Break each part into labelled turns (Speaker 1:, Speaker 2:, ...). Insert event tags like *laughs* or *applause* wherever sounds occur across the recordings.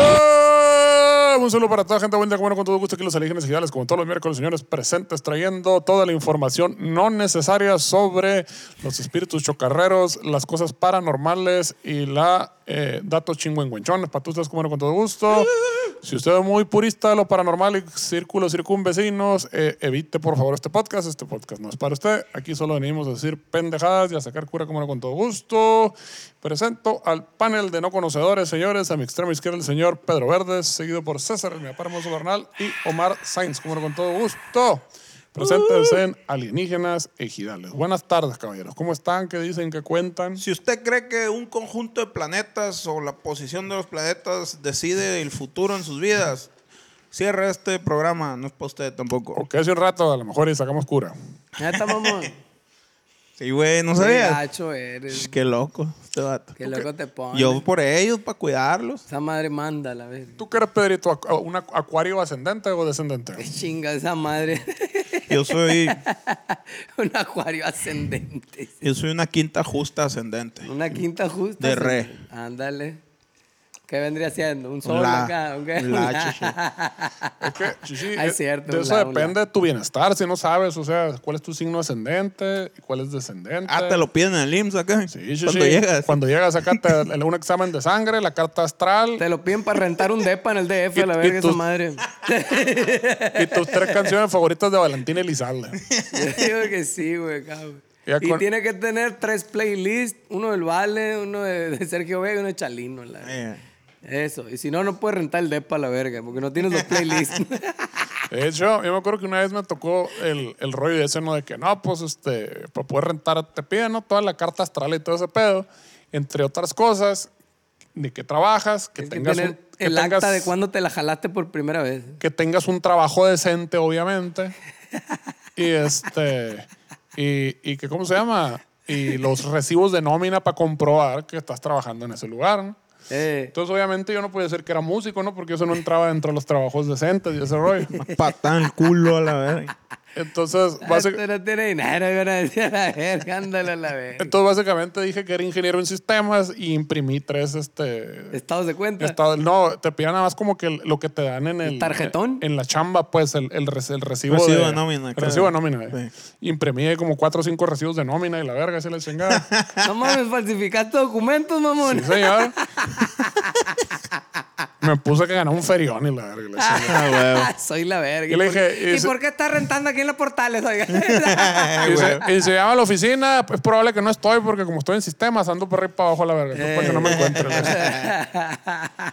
Speaker 1: ¡Ah! Un saludo para toda gente buena, bueno, con todo gusto aquí los alienígenas ideales, como todos los miércoles, señores, presentes, trayendo toda la información no necesaria sobre los espíritus chocarreros, las cosas paranormales y la eh, datos chingüengüenchones. Para todos como bueno, con todo gusto. Si usted es muy purista de lo paranormal y círculos circunvecinos, eh, evite por favor este podcast. Este podcast no es para usted. Aquí solo venimos a decir pendejadas y a sacar cura como no con todo gusto. Presento al panel de no conocedores, señores. A mi extrema izquierda el señor Pedro Verdes, seguido por César El Miapar Hermoso Bernal y Omar Sainz, como no con todo gusto. Presentes en Alienígenas Ejidales. Buenas tardes, caballeros. ¿Cómo están? ¿Qué dicen? ¿Qué cuentan?
Speaker 2: Si usted cree que un conjunto de planetas o la posición de los planetas decide el futuro en sus vidas, cierre este programa, no es para usted tampoco.
Speaker 1: Ok, hace un rato a lo mejor y sacamos cura.
Speaker 3: Neta, mamón.
Speaker 2: Sí, güey, *laughs* no
Speaker 3: Qué
Speaker 2: sabía.
Speaker 3: gacho eres.
Speaker 2: Sh, Qué loco este vato.
Speaker 3: Qué loco te pones.
Speaker 2: Yo por ellos, para cuidarlos.
Speaker 3: Esa madre manda, la verga.
Speaker 1: ¿Tú qué eres, Pedrito? ¿Acu- ¿Un acu- acuario ascendente o descendente?
Speaker 3: Qué chinga esa madre. *laughs*
Speaker 2: Yo soy,
Speaker 3: Un acuario ascendente.
Speaker 2: yo soy una quinta justa ascendente.
Speaker 3: Una quinta justa.
Speaker 2: De
Speaker 3: sí.
Speaker 2: re.
Speaker 3: Ándale. ¿Qué vendría siendo? ¿Un sol
Speaker 2: la,
Speaker 3: acá? ¿Un qué?
Speaker 2: un
Speaker 3: *laughs*
Speaker 2: la, chichi.
Speaker 1: Es que, Chichi,
Speaker 3: Ah, es
Speaker 1: eh,
Speaker 3: cierto,
Speaker 1: de
Speaker 3: un
Speaker 1: eso
Speaker 3: lado, un
Speaker 1: depende de tu bienestar, si no sabes, o sea, cuál es tu signo ascendente y cuál es descendente.
Speaker 2: Ah, te lo piden en el IMSS acá.
Speaker 1: Sí, Chichi.
Speaker 2: Cuando llegas.
Speaker 1: Cuando llegas acá, te
Speaker 3: *laughs*
Speaker 1: dan un examen de sangre, la carta astral
Speaker 3: Te lo piden para rentar un depa en el DF,
Speaker 1: Y-
Speaker 3: a la
Speaker 1: y
Speaker 3: verga, esa
Speaker 1: tus-
Speaker 2: *laughs*
Speaker 3: madre.
Speaker 1: y tus tres canciones favoritas de Valentín
Speaker 3: *laughs*
Speaker 1: Elizalde.
Speaker 3: Yo digo que sí, güey, cabrón.
Speaker 1: Ya
Speaker 3: Y
Speaker 1: con-
Speaker 3: tiene que tener tres playlists, uno del Vale, uno de, de Sergio Vega y uno de Chalino. La verga.
Speaker 2: Eh,
Speaker 3: Eso. Y si no, no puedes rentar el depa a la verga, porque no tienes los
Speaker 1: *laughs*
Speaker 3: playlists. *laughs*
Speaker 1: De hecho, yo me acuerdo que una vez me tocó el, el rollo de ese, ¿no? De que, no, pues, este, para poder rentar, te piden, ¿no? Toda la carta astral y todo ese pedo, entre otras cosas, de que trabajas, que
Speaker 3: Tienes que
Speaker 1: tengas
Speaker 3: tener
Speaker 1: un- que
Speaker 3: el acta
Speaker 1: tengas-
Speaker 3: de cuando te la jalaste por primera vez.
Speaker 1: que tengas un trabajo decente, obviamente. y este. Y, y que, ¿cómo se llama? Y los recibos de nómina para comprobar que estás trabajando en ese lugar. ¿no?
Speaker 3: Eh,
Speaker 1: Entonces, obviamente, yo no podía decir que era músico, ¿no? Porque eso no entraba dentro de los trabajos decentes y ese rollo.
Speaker 2: patada en el culo a la verga.
Speaker 1: Entonces,
Speaker 3: esto
Speaker 1: básicamente.
Speaker 3: Ah, no tiene dinero, van a decir a la verga, ándale a la verga.
Speaker 1: Entonces, básicamente dije que era ingeniero en sistemas y imprimí tres, este...
Speaker 3: ¿Estados de cuenta?
Speaker 1: estado- no, te pidían nada más como que lo que te dan en el...
Speaker 3: ¿El tarjetón?
Speaker 1: En, la chamba, pues, el, el, reci- el recibo,
Speaker 2: Recibo
Speaker 1: de
Speaker 2: de nómina,
Speaker 1: el
Speaker 2: claro.
Speaker 1: recibo de nómina. eh. Imprimí como cuatro o cinco recibos de nómina y la verga, así la
Speaker 2: *laughs*
Speaker 1: chingada.
Speaker 3: No mames, falsificaste documentos, mamón.
Speaker 1: sí, señor. Me puse que ganar un ferión y la verga. la chingada.
Speaker 2: Ah, huevo.
Speaker 3: *laughs* Soy la verga.
Speaker 1: Y le
Speaker 3: por-
Speaker 1: dije,
Speaker 3: ¿y
Speaker 1: ese-
Speaker 3: por qué estás rentando aquí en los
Speaker 1: *laughs*
Speaker 3: portales? Oiga? *laughs*
Speaker 2: Ah,
Speaker 1: Y se, y se llama a la oficina, pues, es probable que no estoy porque como estoy en sistemas ando por arriba y para abajo a la verga. entonces, para que
Speaker 2: Eh.
Speaker 1: no me encuentren. la chingada.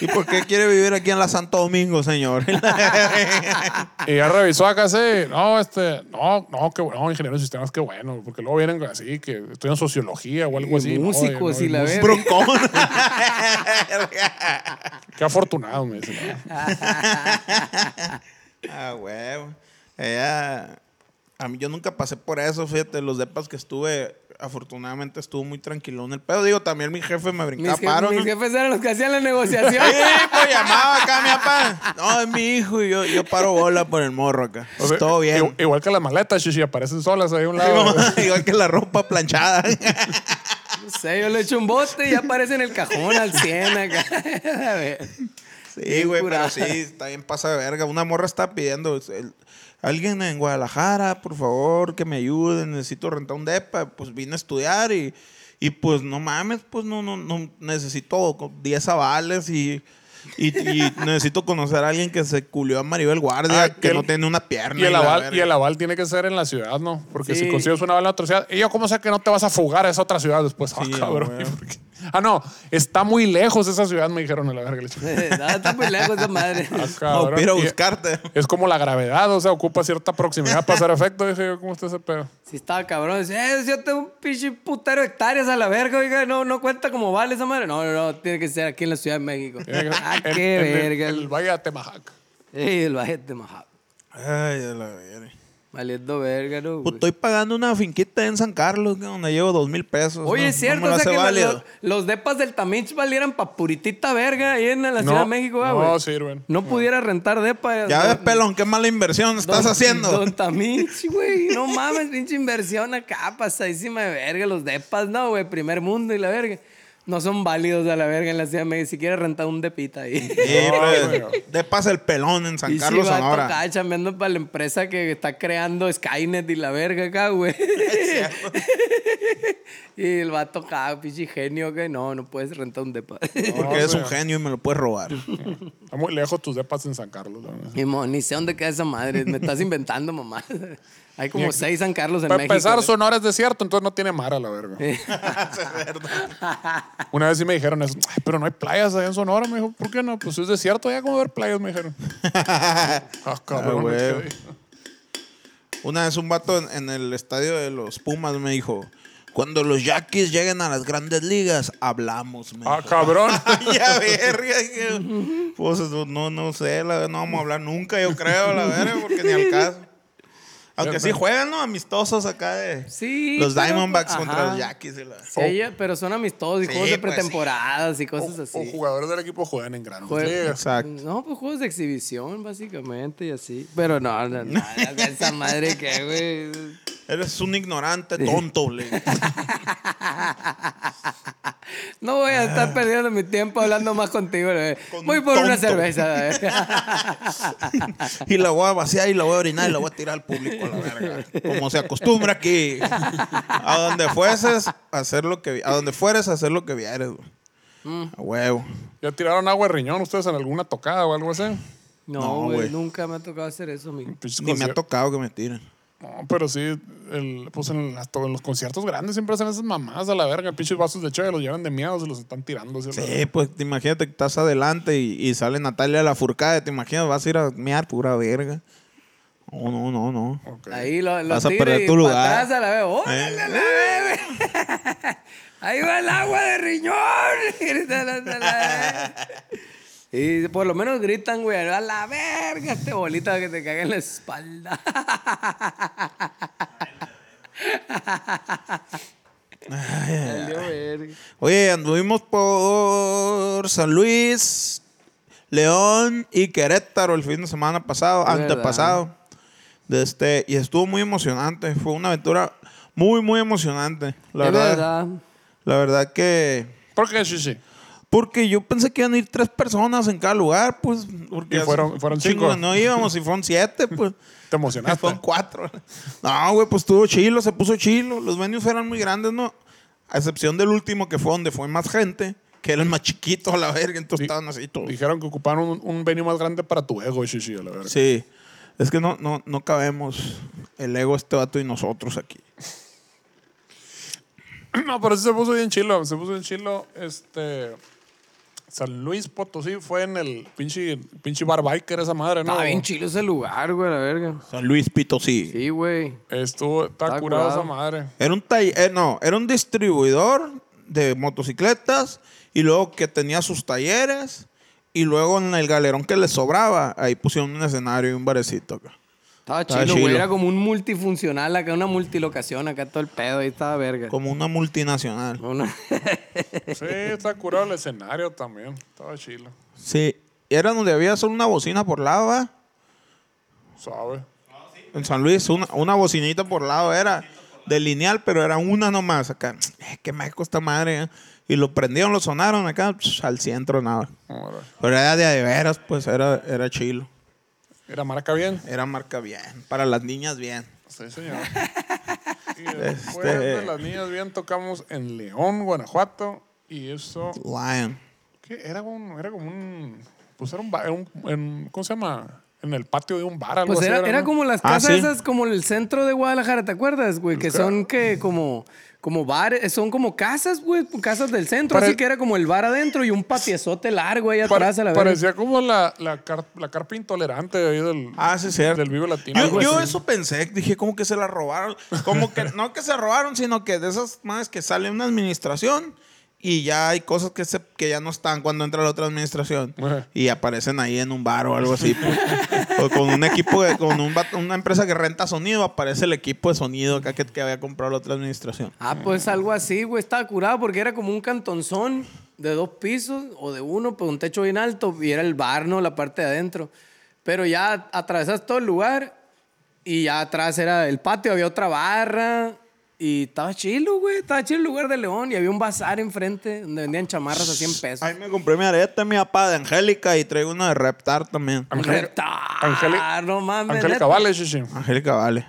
Speaker 2: ¿Y por qué quiere vivir aquí en la Santo
Speaker 1: *laughs*
Speaker 2: Domingo, señor? *laughs*
Speaker 1: Y ya revisó acá, sí. No, este, no, no, qué bueno, ingeniero de sistemas, qué bueno. Porque luego vienen así, que estudian sociología o algo así. ¿no?
Speaker 3: músicos
Speaker 1: no,
Speaker 3: y la
Speaker 1: no,
Speaker 3: verga.
Speaker 2: Broncón.
Speaker 1: *laughs* Qué afortunado, me dicen. ¿no?
Speaker 2: Ah, huevo. Ella- A mí yo nunca pasé por eso, fíjate, los depas que estuve, afortunadamente estuvo muy tranquilón el pedo. Digo, también mi jefe me
Speaker 3: mis,
Speaker 2: brincaba
Speaker 3: jef-
Speaker 2: paro.
Speaker 3: mis
Speaker 2: ¿no?
Speaker 3: jefes eran los que hacían
Speaker 1: *laughs*
Speaker 3: la negociación.
Speaker 2: Sí, pues, llamaba acá mi papá. No, es mi hijo y yo, yo paro bola por el morro acá. Pues,
Speaker 1: O sea,
Speaker 2: Todo bien.
Speaker 1: i- Igual que las maletas, chichi, aparecen solas ahí a un lado.
Speaker 2: *laughs* Igual que la ropa planchada.
Speaker 3: No sé, yo le echo un bote y ya aparece en el cajón al 100 acá. *laughs* A ver.
Speaker 2: Sí,
Speaker 3: Bien
Speaker 2: güey, pero
Speaker 3: curada. *laughs*
Speaker 2: sí, está bien pasa de verga. Una morra está pidiendo, es, el- alguien en Guadalajara, por favor, que me ayude, necesito rentar un depa. Pues vine a estudiar y, y pues no mames, pues no, no, no, necesito co- 10 avales y, y, y necesito conocer a alguien que se culió a Maribel Guardia,
Speaker 1: Ah, y
Speaker 2: que
Speaker 1: el-
Speaker 2: no tiene una
Speaker 1: *laughs*
Speaker 2: pierna.
Speaker 1: Y el,
Speaker 2: la
Speaker 1: aval,
Speaker 2: verga.
Speaker 1: y el aval tiene que ser en la ciudad, ¿no? Porque si
Speaker 3: Sí.
Speaker 1: consigues un aval en otra ciudad, ¿y yo cómo sé que no te vas a fugar a esa otra ciudad después? *laughs* Ah,
Speaker 2: Sí,
Speaker 1: cabrón.
Speaker 2: güey.
Speaker 1: ¿y por qué? Ah, no, está muy lejos esa ciudad, me dijeron a la verga.
Speaker 3: *laughs* no, está muy lejos esa madre.
Speaker 1: Ah,
Speaker 2: O
Speaker 1: cabrón.
Speaker 2: pira a
Speaker 1: Y
Speaker 2: buscarte.
Speaker 1: Es como la gravedad, o sea, ocupa cierta proximidad para hacer efecto. Dije yo, ¿cómo está ese pedo?
Speaker 3: Si estaba cabrón, decía, eh, yo tengo un pinche putero de hectáreas a la verga, oiga, no, no cuenta como vale esa madre. No, no, no, tiene que ser aquí en la Ciudad de México. *laughs* ah,
Speaker 1: Eh, En-
Speaker 3: qué
Speaker 1: en el-
Speaker 3: verga.
Speaker 1: El,
Speaker 3: El,
Speaker 1: Valle de Temajac.
Speaker 3: Ey, el Valle de Majá.
Speaker 2: Ay, a la verga.
Speaker 3: Valiendo verga, no.
Speaker 2: Pues
Speaker 3: güey.
Speaker 2: estoy pagando una finquita en San Carlos, que donde llevo dos mil pesos.
Speaker 3: Oye,
Speaker 2: ¿no?
Speaker 3: es
Speaker 2: No
Speaker 3: cierto,
Speaker 2: me la
Speaker 3: o
Speaker 2: hace
Speaker 3: sea que
Speaker 2: válido.
Speaker 3: los, los depas del Tamich valieran pa' puritita verga ahí en la Ciudad de México, ah, güey.
Speaker 1: No sirven.
Speaker 3: No pudiera rentar *laughs* depa. eh,
Speaker 2: Ya
Speaker 3: no-
Speaker 2: ves, pelón, qué mala inversión
Speaker 3: Don-
Speaker 2: estás haciendo.
Speaker 3: Don Tamich, güey. No mames, pinche inversión acá, pasadísima de verga. Los depas, no, güey. Primer mundo y la verga. No son válidos a la verga en la ciudad de México. Si quieres rentar un depita ahí.
Speaker 2: Sí,
Speaker 1: No,
Speaker 2: pues,
Speaker 1: güey.
Speaker 2: de pasa el pelón en San
Speaker 3: Y
Speaker 2: Carlos,
Speaker 3: si va
Speaker 2: Sonora.
Speaker 3: acá chambeando para la empresa que está creando Skynet y la verga
Speaker 2: *laughs*
Speaker 3: acá, güey. y el vato acá, pinche genio, que no, no puedes rentar un depa. *laughs*
Speaker 2: Porque
Speaker 1: No,
Speaker 2: es un
Speaker 1: sí.
Speaker 2: genio y me lo puedes robar.
Speaker 1: Está muy lejos tus depas en San Carlos. la verdad.
Speaker 3: Y mo, ni sé dónde queda esa madre. Me estás inventando, mamá. Hay como seis San Carlos en
Speaker 1: Para
Speaker 3: México. eh.
Speaker 1: empezar,
Speaker 3: güey.
Speaker 1: Sonora es desierto, entonces no tiene mar a la verga. Una vez sí me dijeron eso, "Ay, pero no hay playas allá en Sonora. Me dijo, ¿por qué no? Pues es desierto, allá como ver playas, me
Speaker 3: *laughs*
Speaker 1: dijeron. Ah,
Speaker 2: Ah,
Speaker 1: cabrón.
Speaker 2: güey.
Speaker 1: es que-
Speaker 2: Una vez un vato en, en el estadio de los Pumas me dijo: Cuando los Yaquis lleguen a las grandes ligas, hablamos. Me
Speaker 1: *laughs* Ah,
Speaker 2: dijo.
Speaker 3: *laughs*
Speaker 1: cabrón.
Speaker 2: *laughs* Ay, a verga. que- Pues no, no sé, la verdad, no vamos a hablar nunca, yo creo, la verga, porque ni
Speaker 3: *laughs*
Speaker 2: al caso. Aunque sí juegan, ¿no? Amistosos acá de
Speaker 3: Sí,
Speaker 2: los
Speaker 3: pero, pues,
Speaker 2: Diamondbacks
Speaker 3: ajá.
Speaker 2: contra los Yaquis. y la-
Speaker 3: Sí, ella- pero son amistosos y
Speaker 2: Sí,
Speaker 3: juegos de
Speaker 2: pues,
Speaker 3: pretemporadas y
Speaker 1: O,
Speaker 3: cosas Pues así.
Speaker 1: o jugadores del equipo juegan en grandes
Speaker 3: Jue-
Speaker 1: ligas.
Speaker 2: Exacto.
Speaker 3: No, pues juegos de exhibición, básicamente, y así. Pero no, no, no, esa madre que, güey.
Speaker 2: Eres un ignorante tonto, le digo.
Speaker 3: No voy a estar perdiendo mi tiempo hablando más contigo. güey.
Speaker 2: Ah. Con
Speaker 3: Voy por una
Speaker 2: tonto.
Speaker 3: cerveza. güey. *laughs*
Speaker 2: Y la voy a vaciar y la voy a orinar y la voy a tirar al público, la verga. Como se acostumbra aquí. A donde fueses, hacer lo que... vi- A donde fueres, hacer lo que vieres, güey. A huevo.
Speaker 1: ¿Ya tiraron agua de riñón ustedes en alguna tocada o algo así?
Speaker 2: *laughs* No,
Speaker 3: No, güey,
Speaker 2: güey.
Speaker 3: nunca me ha tocado hacer eso, mi.
Speaker 1: Pinches
Speaker 2: Ni me ha
Speaker 1: concier-
Speaker 2: tocado que me tiren.
Speaker 1: No, pero sí, el, pues en, las- en los conciertos grandes siempre hacen esas mamadas a la verga. Pinches vasos de cheve los llevan de miedo, se los están tirando. así a la
Speaker 2: Sí,
Speaker 1: verga.
Speaker 2: pues te imagínate que estás adelante y, y sale Natalia la furcada, te imaginas, vas a ir a mear pura verga. No, no, no, no.
Speaker 1: Ok.
Speaker 3: Ahí lo, lo
Speaker 2: Vas a
Speaker 3: tiro
Speaker 2: perder
Speaker 3: y
Speaker 2: tu
Speaker 3: pa'
Speaker 2: lugar. Eh.
Speaker 3: atrás a la vez. ¡Órale, a la vez, güey! *laughs* Ahí va el agua de riñón. *laughs* Grita la-
Speaker 2: *laughs*
Speaker 3: la- la- Y por lo menos gritan, güey, a la verga, este bolita que te caga en la espalda. Valió verga.
Speaker 2: Oye, anduvimos por San Luis, León y Querétaro el fin de semana pasado,
Speaker 3: ¿Verdad?
Speaker 2: antepasado. De este, y estuvo muy emocionante. Fue una aventura muy, muy emocionante. La
Speaker 3: Es
Speaker 2: verdad,
Speaker 3: verdad.
Speaker 2: La verdad que.
Speaker 1: ¿Por qué, sí, sí?
Speaker 2: Porque yo pensé que iban a ir tres personas en cada lugar, pues. Porque
Speaker 1: Y fueron- fueron
Speaker 2: chingo
Speaker 1: cinco.
Speaker 2: que No íbamos y fueron siete, pues.
Speaker 1: *laughs* ¿Te
Speaker 2: Ah, Fueron
Speaker 1: emocionaste?
Speaker 2: cuatro. No, güey, pues estuvo chilo, se puso chilo. Los venues eran muy grandes, ¿no? A excepción del último que fue donde fue más gente, que era el más chiquito a la verga, entonces
Speaker 1: Di-
Speaker 2: estaban así todos.
Speaker 1: Dijeron que ocuparon un, un venue más grande para tu ego, sí, sí, a la verga.
Speaker 2: Sí. Es que no, no, no cabemos el ego este vato y nosotros aquí.
Speaker 1: No, pero sí se puso bien chilo. Se puso bien chilo. Este. San Luis Potosí fue en el pinche, pinche bar biker, esa madre, ¿no?
Speaker 3: Está bien chido ese lugar, güey, la verga.
Speaker 2: San Luis Pito, sí.
Speaker 3: Sí, güey.
Speaker 1: Estuvo, está,
Speaker 3: Está
Speaker 1: curado,
Speaker 3: curado.
Speaker 1: esa madre.
Speaker 2: Era un tall- eh, no, era un distribuidor de motocicletas y luego que tenía sus talleres y luego en el galerón que le sobraba, ahí pusieron un escenario y un barecito acá.
Speaker 3: Estaba
Speaker 2: Estaba
Speaker 3: chido, güey.
Speaker 2: chilo.
Speaker 3: Era como un multifuncional acá, una multilocación acá, todo el pedo. Ahí estaba verga.
Speaker 2: Como una multinacional.
Speaker 3: Una-
Speaker 1: Sí, está curado el escenario también. Estaba chilo.
Speaker 2: Sí, era donde había solo una bocina por lado, ¿va?
Speaker 1: ¿Sabe?
Speaker 2: En San Luis, una, una bocinita por lado era de lineal, pero era una nomás acá. Es que me esta madre. ¿eh? Y lo prendieron, lo sonaron acá psh, al centro, nada.
Speaker 1: Ahora,
Speaker 2: Pero era de a de veras, pues era, era chilo.
Speaker 1: Era marca bien.
Speaker 2: Era marca bien. Para las niñas, bien.
Speaker 1: Sí,
Speaker 2: *laughs*
Speaker 1: señor. y después de
Speaker 2: Este.
Speaker 1: las niñas bien tocamos en León, Guanajuato. Y eso.
Speaker 2: Lion.
Speaker 1: ¿Qué? Era, un, era como un. Pues era un, ba- era un- en- ¿Cómo se llama? en el patio de un bar. *laughs* Algo
Speaker 3: Pues
Speaker 1: así
Speaker 3: era,
Speaker 1: era,
Speaker 3: era
Speaker 1: ¿no?
Speaker 3: como las
Speaker 2: Ah,
Speaker 3: casas
Speaker 2: sí.
Speaker 3: esas, como el centro de Guadalajara, ¿te acuerdas, güey?
Speaker 1: Pues
Speaker 3: Que son que como, como bares, son como casas, güey, casas del centro.
Speaker 1: Pare-
Speaker 3: Así que era como el bar adentro y un patiezote largo ahí
Speaker 1: Pare-
Speaker 3: atrás a la verga.
Speaker 1: parecía como la, la, car- la carpa intolerante ahí del,
Speaker 2: Ah, sí, cierto.
Speaker 1: del Vive Latino.
Speaker 2: Yo,
Speaker 1: algo
Speaker 2: yo
Speaker 1: así.
Speaker 2: eso pensé, dije, como que se la robaron. Como que no que se robaron, sino que de esas más que sale una administración y ya hay cosas que, se, que ya no están cuando entra la otra administración
Speaker 1: Ajá.
Speaker 2: y aparecen ahí en un bar o algo así. pues. o con un equipo, de- con un vato- una empresa que renta sonido, aparece el equipo de sonido acá que, que había comprado la otra administración.
Speaker 3: Ah,
Speaker 2: Mm.
Speaker 3: pues algo así, güey. Estaba curado porque era como un cantonzón de dos pisos o de uno, pues un techo bien alto y era el bar, ¿no? La parte de adentro. Pero ya atravesas todo el lugar y ya atrás era el patio, había otra barra y estaba chilo, güey. Estaba chilo el lugar de León y había un bazar enfrente donde vendían chamarras a 100 pesos.
Speaker 2: Ahí me compré mi areta, mi papá de Angélica y traigo una de Reptar también.
Speaker 1: Ah.
Speaker 3: Reptar, ¡Ah, no mames.
Speaker 1: Angélica
Speaker 3: neta.
Speaker 1: Vale, sí, sí.
Speaker 2: Angélica, vale.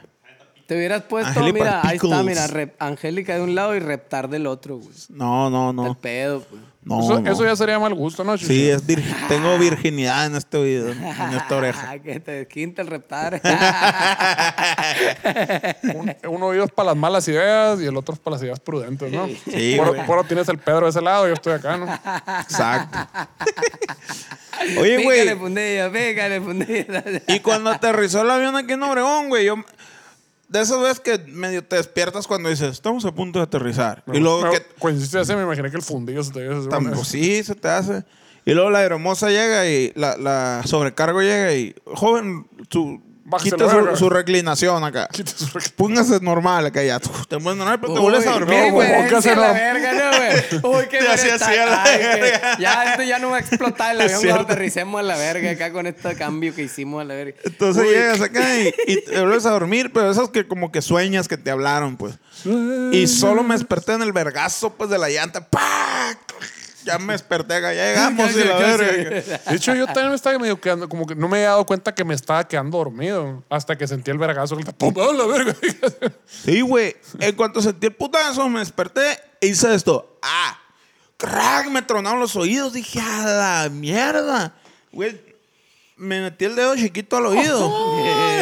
Speaker 3: Te hubieras puesto,
Speaker 2: Angélica
Speaker 3: mira, ahí está,
Speaker 2: Pickles.
Speaker 3: mira, rep- Angélica de un lado y Reptar del otro, güey.
Speaker 2: No, no,
Speaker 3: El
Speaker 2: no.
Speaker 3: pedo, pues. güey.
Speaker 2: No,
Speaker 1: eso,
Speaker 2: no.
Speaker 1: eso ya sería mal gusto, ¿no? Shishi?
Speaker 2: Sí, es virg- tengo virginidad en este oído, en esta oreja.
Speaker 3: *laughs* que te quinta
Speaker 2: *laughs*
Speaker 3: el reptar.
Speaker 1: Un- uno oído es para las malas ideas y el otro es para las ideas prudentes, ¿no?
Speaker 2: Sí,
Speaker 1: por,
Speaker 2: güey.
Speaker 1: por tienes el Pedro de ese lado, yo estoy acá, ¿no? *laughs*
Speaker 2: Exacto. Oye,
Speaker 3: Pégale
Speaker 2: güey,
Speaker 3: fundilla, pégale fundilla.
Speaker 2: y cuando aterrizó el avión aquí en Obregón, güey, yo... De esas veces que medio te despiertas cuando dices, estamos a punto de aterrizar. y luego
Speaker 1: Me- pues,
Speaker 2: que...
Speaker 1: Cuando hiciste ese, me imaginé que el fundillo se te iba a hacer
Speaker 2: tam-
Speaker 1: una-
Speaker 2: sí, se te hace. Y luego la aeromoza llega y la, la sobrecargo llega y... Joven, su,
Speaker 1: Bájese
Speaker 2: quita
Speaker 1: la verga".
Speaker 2: su, su reclinación acá.
Speaker 1: Quita su rec-
Speaker 2: Póngase normal acá ya. Te pones normal, pero te vuelves a
Speaker 3: Uy,
Speaker 2: dormir,
Speaker 3: qué
Speaker 2: güey.
Speaker 1: güey.
Speaker 3: diferencia
Speaker 1: Póngase
Speaker 3: la
Speaker 1: no.
Speaker 3: verga, ¿no,
Speaker 2: *laughs*
Speaker 3: güey? Uy, qué
Speaker 2: Te hacía
Speaker 3: verga
Speaker 2: así a la
Speaker 3: está. Ay, güey,
Speaker 2: verga.
Speaker 3: Ya, esto ya no va a explotar el
Speaker 2: Es
Speaker 3: avión cuando
Speaker 2: cierto.
Speaker 3: aterricemos a la verga acá con este cambio que hicimos a la verga. *laughs*
Speaker 2: Entonces
Speaker 3: Uy,
Speaker 2: llegas acá y, y te vuelves a dormir, pero esas que como que sueñas que te hablaron, pues. Y solo me desperté en el vergazo, pues, de la llanta. ¡Pac! Ya me desperté acá, *laughs* ya llegamos y la verga.
Speaker 1: De hecho, yo también me estaba medio quedando, como que no me había dado cuenta que me estaba quedando dormido hasta que sentí el vergazo. que- ¡Pum! ¡Ah, la verga!
Speaker 2: Sí, güey. En cuanto sentí el putazo, me desperté e hice esto. ¡Ah! ¡Crack! Me tronaron los oídos. Dije, ¡a la mierda! Güey, me metí el dedo chiquito al oído.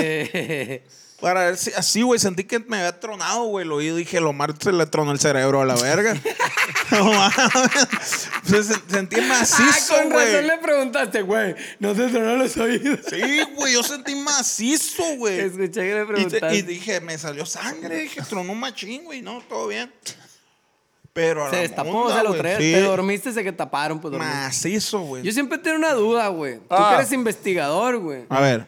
Speaker 3: eh,
Speaker 2: Para ver si así, güey, sentí que me había tronado, güey, el oído. Dije, Lomar se le tronó el cerebro a la
Speaker 3: *laughs*
Speaker 2: verga. *laughs* no mames. Se- se- sentí
Speaker 3: ah,
Speaker 2: macizo,
Speaker 3: con razón
Speaker 2: güey.
Speaker 3: le preguntaste, güey. No te sonaron los oídos.
Speaker 2: Sí, güey, yo sentí macizo, güey.
Speaker 3: Escuché que le
Speaker 2: Y, te-
Speaker 3: preguntaste.
Speaker 2: y dije, me salió sangre. Dije, tronó machín, güey, no, todo bien. Pero a
Speaker 3: se
Speaker 2: la
Speaker 3: destapó,
Speaker 2: monda,
Speaker 3: se lo
Speaker 2: güey,
Speaker 3: tres.
Speaker 2: sí,
Speaker 3: Te dormiste, se que taparon, pues dormiste.
Speaker 2: Macizo,
Speaker 3: Yo
Speaker 2: güey.
Speaker 3: siempre tengo una duda, güey. Tú
Speaker 1: Ah.
Speaker 3: que eres investigador, güey.
Speaker 2: A ver.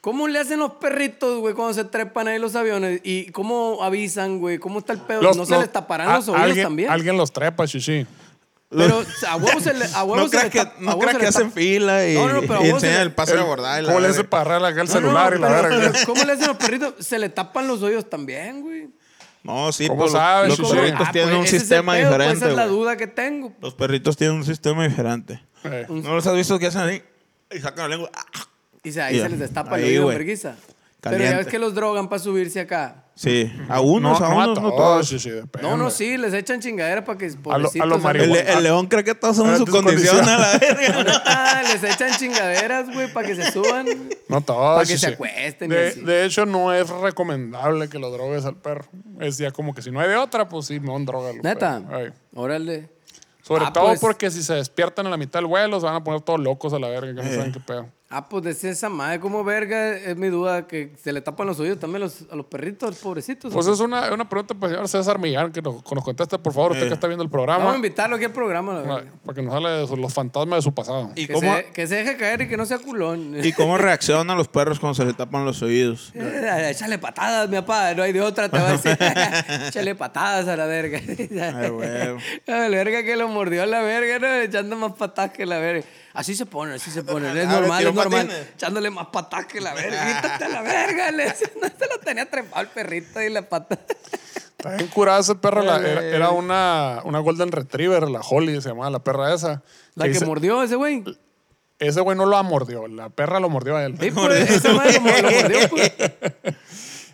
Speaker 3: ¿Cómo le hacen los perritos, güey, cuando se trepan ahí los aviones? ¿Y cómo avisan, güey? ¿Cómo está el pedo?
Speaker 1: Los-
Speaker 3: ¿No se
Speaker 1: los-
Speaker 3: les taparán
Speaker 1: a-
Speaker 3: los oídos
Speaker 1: alguien,
Speaker 3: también?
Speaker 1: Alguien los trepa, chichi.
Speaker 3: Pero a huevos se le- a huevos
Speaker 2: No
Speaker 3: se
Speaker 2: creas
Speaker 3: les
Speaker 2: que,
Speaker 3: tap- a
Speaker 2: no
Speaker 3: huevos
Speaker 2: creas
Speaker 3: se
Speaker 2: que
Speaker 3: les
Speaker 2: hacen
Speaker 3: tap-
Speaker 2: fila y,
Speaker 3: No, no, pero a
Speaker 2: y
Speaker 3: vos se
Speaker 2: enseñan
Speaker 3: le-
Speaker 2: el pase de abordar. y la
Speaker 1: ¿Cómo le hace
Speaker 2: verga.
Speaker 1: para agarrar acá el
Speaker 3: No, no,
Speaker 1: celular y la
Speaker 3: pero-
Speaker 1: verga?
Speaker 3: pero ¿Cómo le hacen los perritos? Se le tapan los oídos también, güey.
Speaker 2: No, sí,
Speaker 1: ¿Cómo
Speaker 2: pues los-
Speaker 1: sabes,
Speaker 2: los
Speaker 1: Chichi?
Speaker 2: perritos
Speaker 3: Ah,
Speaker 2: tienen
Speaker 3: pues,
Speaker 2: un
Speaker 3: ese es el
Speaker 2: sistema
Speaker 3: pedo, pues,
Speaker 2: diferente.
Speaker 3: esa es la
Speaker 2: güey.
Speaker 3: duda que tengo.
Speaker 2: Los perritos tienen un sistema diferente.
Speaker 1: *laughs* Eh,
Speaker 2: ¿No los has visto que hacen así? Y sacan la lengua. ¡Ah!
Speaker 3: Y se- ahí
Speaker 2: Ya.
Speaker 3: se les destapa
Speaker 2: Ahí,
Speaker 3: el oído,
Speaker 2: güey.
Speaker 3: verguiza. Pero ya
Speaker 2: Caliente.
Speaker 3: ves que los drogan para subirse acá.
Speaker 2: Sí, a unos, a
Speaker 1: no
Speaker 2: unos, no todos.
Speaker 1: Shishi, depende.
Speaker 3: No, no, sí, les echan chingadera para que
Speaker 1: Pues, a
Speaker 3: pobrecitos,
Speaker 1: los
Speaker 2: El,
Speaker 1: marihuanos.
Speaker 2: el león cree que todos son
Speaker 1: Ah,
Speaker 2: en su
Speaker 1: tus
Speaker 2: condición
Speaker 1: condiciones.
Speaker 2: a la *laughs* verga.
Speaker 3: Ah, les echan chingaderas, güey, para que se suban.
Speaker 1: No todos.
Speaker 3: Para que
Speaker 1: sí,
Speaker 3: se
Speaker 1: sí.
Speaker 3: acuesten y
Speaker 1: De,
Speaker 3: así.
Speaker 1: de hecho, no es recomendable que lo drogues al perro. Es ya como que si no hay de otra, pues sí, no drogalo.
Speaker 3: Neta.
Speaker 1: pero, ay.
Speaker 3: Órale.
Speaker 1: Sobre
Speaker 3: Ah,
Speaker 1: todo
Speaker 3: pues.
Speaker 1: porque si se despiertan a la mitad del vuelo, se van a poner todos locos a la verga, que no saben qué pedo.
Speaker 3: Ah, pues decía esa madre, como verga, es mi duda, que se le tapan los oídos también los- a los perritos, a los pobrecitos.
Speaker 1: Pues es una, una pregunta para el señor César Millán, que nos, que nos conteste, por favor, usted que está viendo el programa,
Speaker 3: Vamos a invitarlo aquí al programa, la
Speaker 1: para
Speaker 3: verga.
Speaker 1: para que nos hable de su- los fantasmas de su pasado.
Speaker 2: ¿Y
Speaker 3: Que,
Speaker 2: cómo,
Speaker 3: se, que se deje caer y que no sea culón.
Speaker 2: *laughs* ¿Y cómo reaccionan los perros cuando se les tapan los oídos?
Speaker 3: *laughs* Échale patadas, mi papá, no hay de otra, te va a decir. *laughs* Échale patadas a la verga.
Speaker 2: huevo.
Speaker 3: *laughs* A la verga que lo mordió a la verga, ¿no? echando más patadas que la verga. Así se pone, así se pone, es
Speaker 2: Ah, le
Speaker 3: normal,
Speaker 2: tiró
Speaker 3: es normal.
Speaker 2: patines.
Speaker 3: Echándole más patadas que la verga. Quítate a la verga, le decía, *laughs* no se lo tenía trepado el perrito y la pata.
Speaker 1: Está bien curada esa perra. la- era
Speaker 3: Eh.
Speaker 1: era una, una Golden Retriever, la Holly se llamaba la perra esa.
Speaker 3: La que
Speaker 1: dice-
Speaker 3: mordió ese güey.
Speaker 1: Ese güey no lo mordió, la perra lo mordió a él.
Speaker 2: *laughs*
Speaker 3: Sí, pues, esa madre lo mor- lo mordió, pues.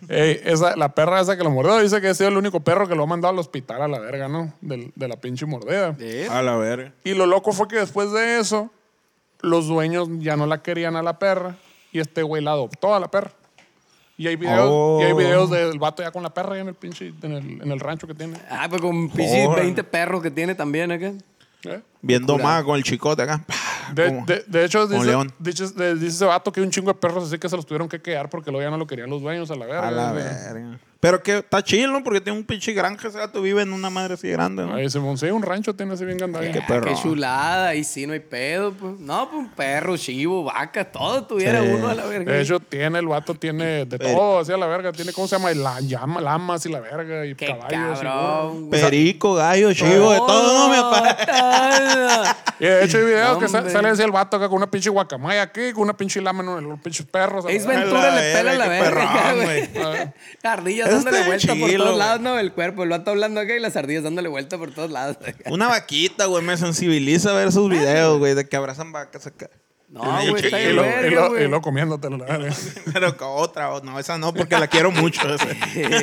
Speaker 1: Ey, Eh, esa, la perra esa que lo mordió dice que ha sido el único perro que lo ha mandado al hospital a la verga, ¿no? Del- de la pinche mordida.
Speaker 2: A la verga.
Speaker 1: Y lo loco fue que después de eso, los dueños ya no la querían a la perra Y este güey la adoptó a la perra. Y hay videos,
Speaker 2: Oh.
Speaker 1: y hay videos del vato ya con la perra ahí en el pinche, en el, en el rancho que tiene.
Speaker 3: Ah, pues con pinches
Speaker 2: Órale.
Speaker 3: 20 perros que tiene también Ah, acá.
Speaker 1: ¿Eh?
Speaker 2: Viendo más con el chicote acá.
Speaker 1: De,
Speaker 2: Como-
Speaker 1: de- de hecho,
Speaker 2: como
Speaker 1: dice,
Speaker 2: león.
Speaker 1: dice, de- dice ese vato que hay un chingo de perros así que se los tuvieron que quedar porque luego ya no lo querían los dueños a la verga.
Speaker 2: A la
Speaker 1: güey.
Speaker 2: verga. Pero que está chill, ¿no? Porque tiene un pinche granja ese gato, vive en una madre así grande, ¿no?
Speaker 1: Ahí se monse un rancho tiene así bien gandado.
Speaker 2: Qué
Speaker 3: Ah,
Speaker 2: perro.
Speaker 3: Qué chulada, ahí sí no hay pedo. Pues. No, pues un perro, chivo, vaca, todo tuviera
Speaker 2: Sí.
Speaker 3: uno a la verga.
Speaker 1: De hecho, tiene el vato, tiene de
Speaker 2: Pero-
Speaker 1: todo, así a la verga. Tiene, ¿cómo se llama? Y La llama, lamas y la verga, y
Speaker 3: qué
Speaker 1: caballos. y burros.
Speaker 3: cabrón. Oh, güey.
Speaker 2: Perico, gallo, chivo, de todo, ¿no? Mi papá.
Speaker 3: *laughs* todo.
Speaker 1: Y de hecho, hay videos
Speaker 3: No,
Speaker 1: que sa-
Speaker 3: hombre.
Speaker 1: sale así el vato acá con una pinche guacamaya aquí, con una pinche lama en un- los pinches perros. a la
Speaker 3: Ace
Speaker 1: verga.
Speaker 3: Ventura
Speaker 2: la
Speaker 3: le pela la
Speaker 2: verga, qué
Speaker 3: verga,
Speaker 2: perrón,
Speaker 3: güey. *laughs* Ardillas
Speaker 2: Eso
Speaker 3: dándole
Speaker 2: está
Speaker 3: vuelta por
Speaker 2: chilo,
Speaker 3: todos
Speaker 2: güey.
Speaker 3: lados, ¿no? El cuerpo, el vato hablando acá y las ardillas dándole vuelta por todos lados. *laughs* acá.
Speaker 2: Una vaquita, güey, me sensibiliza a ver sus videos, güey, de que abrazan vacas acá.
Speaker 3: No,
Speaker 2: Y-
Speaker 3: güey, está
Speaker 2: y-
Speaker 1: Y
Speaker 3: bien
Speaker 1: lo, y
Speaker 3: verga,
Speaker 1: lo- y
Speaker 3: güey.
Speaker 1: lo comiéndotelo, la verga.
Speaker 2: *laughs* Pero con otra, o- no, esa no, porque la quiero mucho. *laughs* Esa,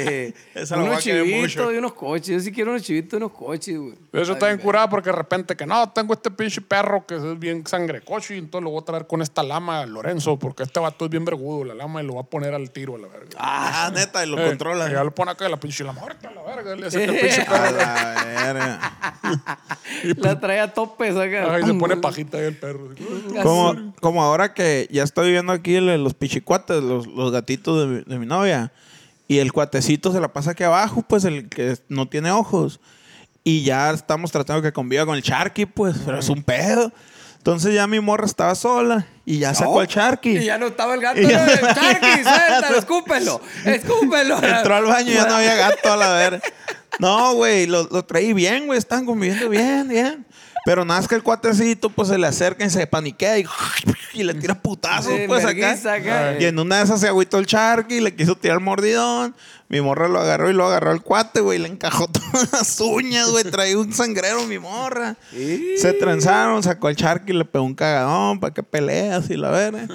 Speaker 2: Esa la voy
Speaker 3: Eh, unos
Speaker 2: a querer
Speaker 3: chivitos
Speaker 2: mucho.
Speaker 3: y unos coches. Yo sí quiero unos chivitos y unos coches, güey.
Speaker 1: De hecho, está bien curado porque de repente que no, tengo este pinche perro que es bien sangrecochi, entonces lo voy a traer con esta lama a Lorenzo, porque este vato es bien vergudo, la lama y lo va a poner al tiro a la verga.
Speaker 2: Ah, neta, y lo
Speaker 1: Eh,
Speaker 2: controla.
Speaker 1: Y ya lo pone acá y la pinche lama, ahorita la verga, le hace que el
Speaker 3: Eh. *laughs*
Speaker 1: pinche
Speaker 2: A
Speaker 1: perro.
Speaker 2: la verga.
Speaker 3: La trae a tope, saca.
Speaker 1: Ay, se pone pajita ahí el perro.
Speaker 2: Como, como ahora que ya estoy viendo aquí el- los pichicuates, los, los gatitos de mi, de mi novia, y el cuatecito se la pasa aquí abajo, pues el que no tiene ojos. Y ya estamos tratando que conviva con el charqui, pues, pero es un pedo. Entonces ya mi morra estaba sola y ya sacó al charqui.
Speaker 3: Y ya no estaba el gato.
Speaker 2: Y ya-
Speaker 3: ¿no? *laughs* Charqui, suéltalo, escúpelo.
Speaker 2: *laughs*
Speaker 3: Escúpelo.
Speaker 2: Entró
Speaker 3: *laughs*
Speaker 2: al baño y ya no había gato a la ver. No, güey, lo, lo traí bien, güey. Están conviviendo bien, bien. Pero nada más que el cuatecito, pues se le acerca y se paniquea y, y le tira putazos,
Speaker 3: Sí,
Speaker 2: pues
Speaker 3: vergüenza
Speaker 2: acá.
Speaker 3: acá. Eh,
Speaker 2: Y en una de esas se agüitó el charqui y le quiso tirar el mordidón. Mi morra lo agarró y lo agarró al cuate, güey. Le encajó *laughs* todas las uñas, güey. Traía un sangrero mi morra. Se trenzaron, sacó al charqui y le pegó un cagadón para que peleas y la verga.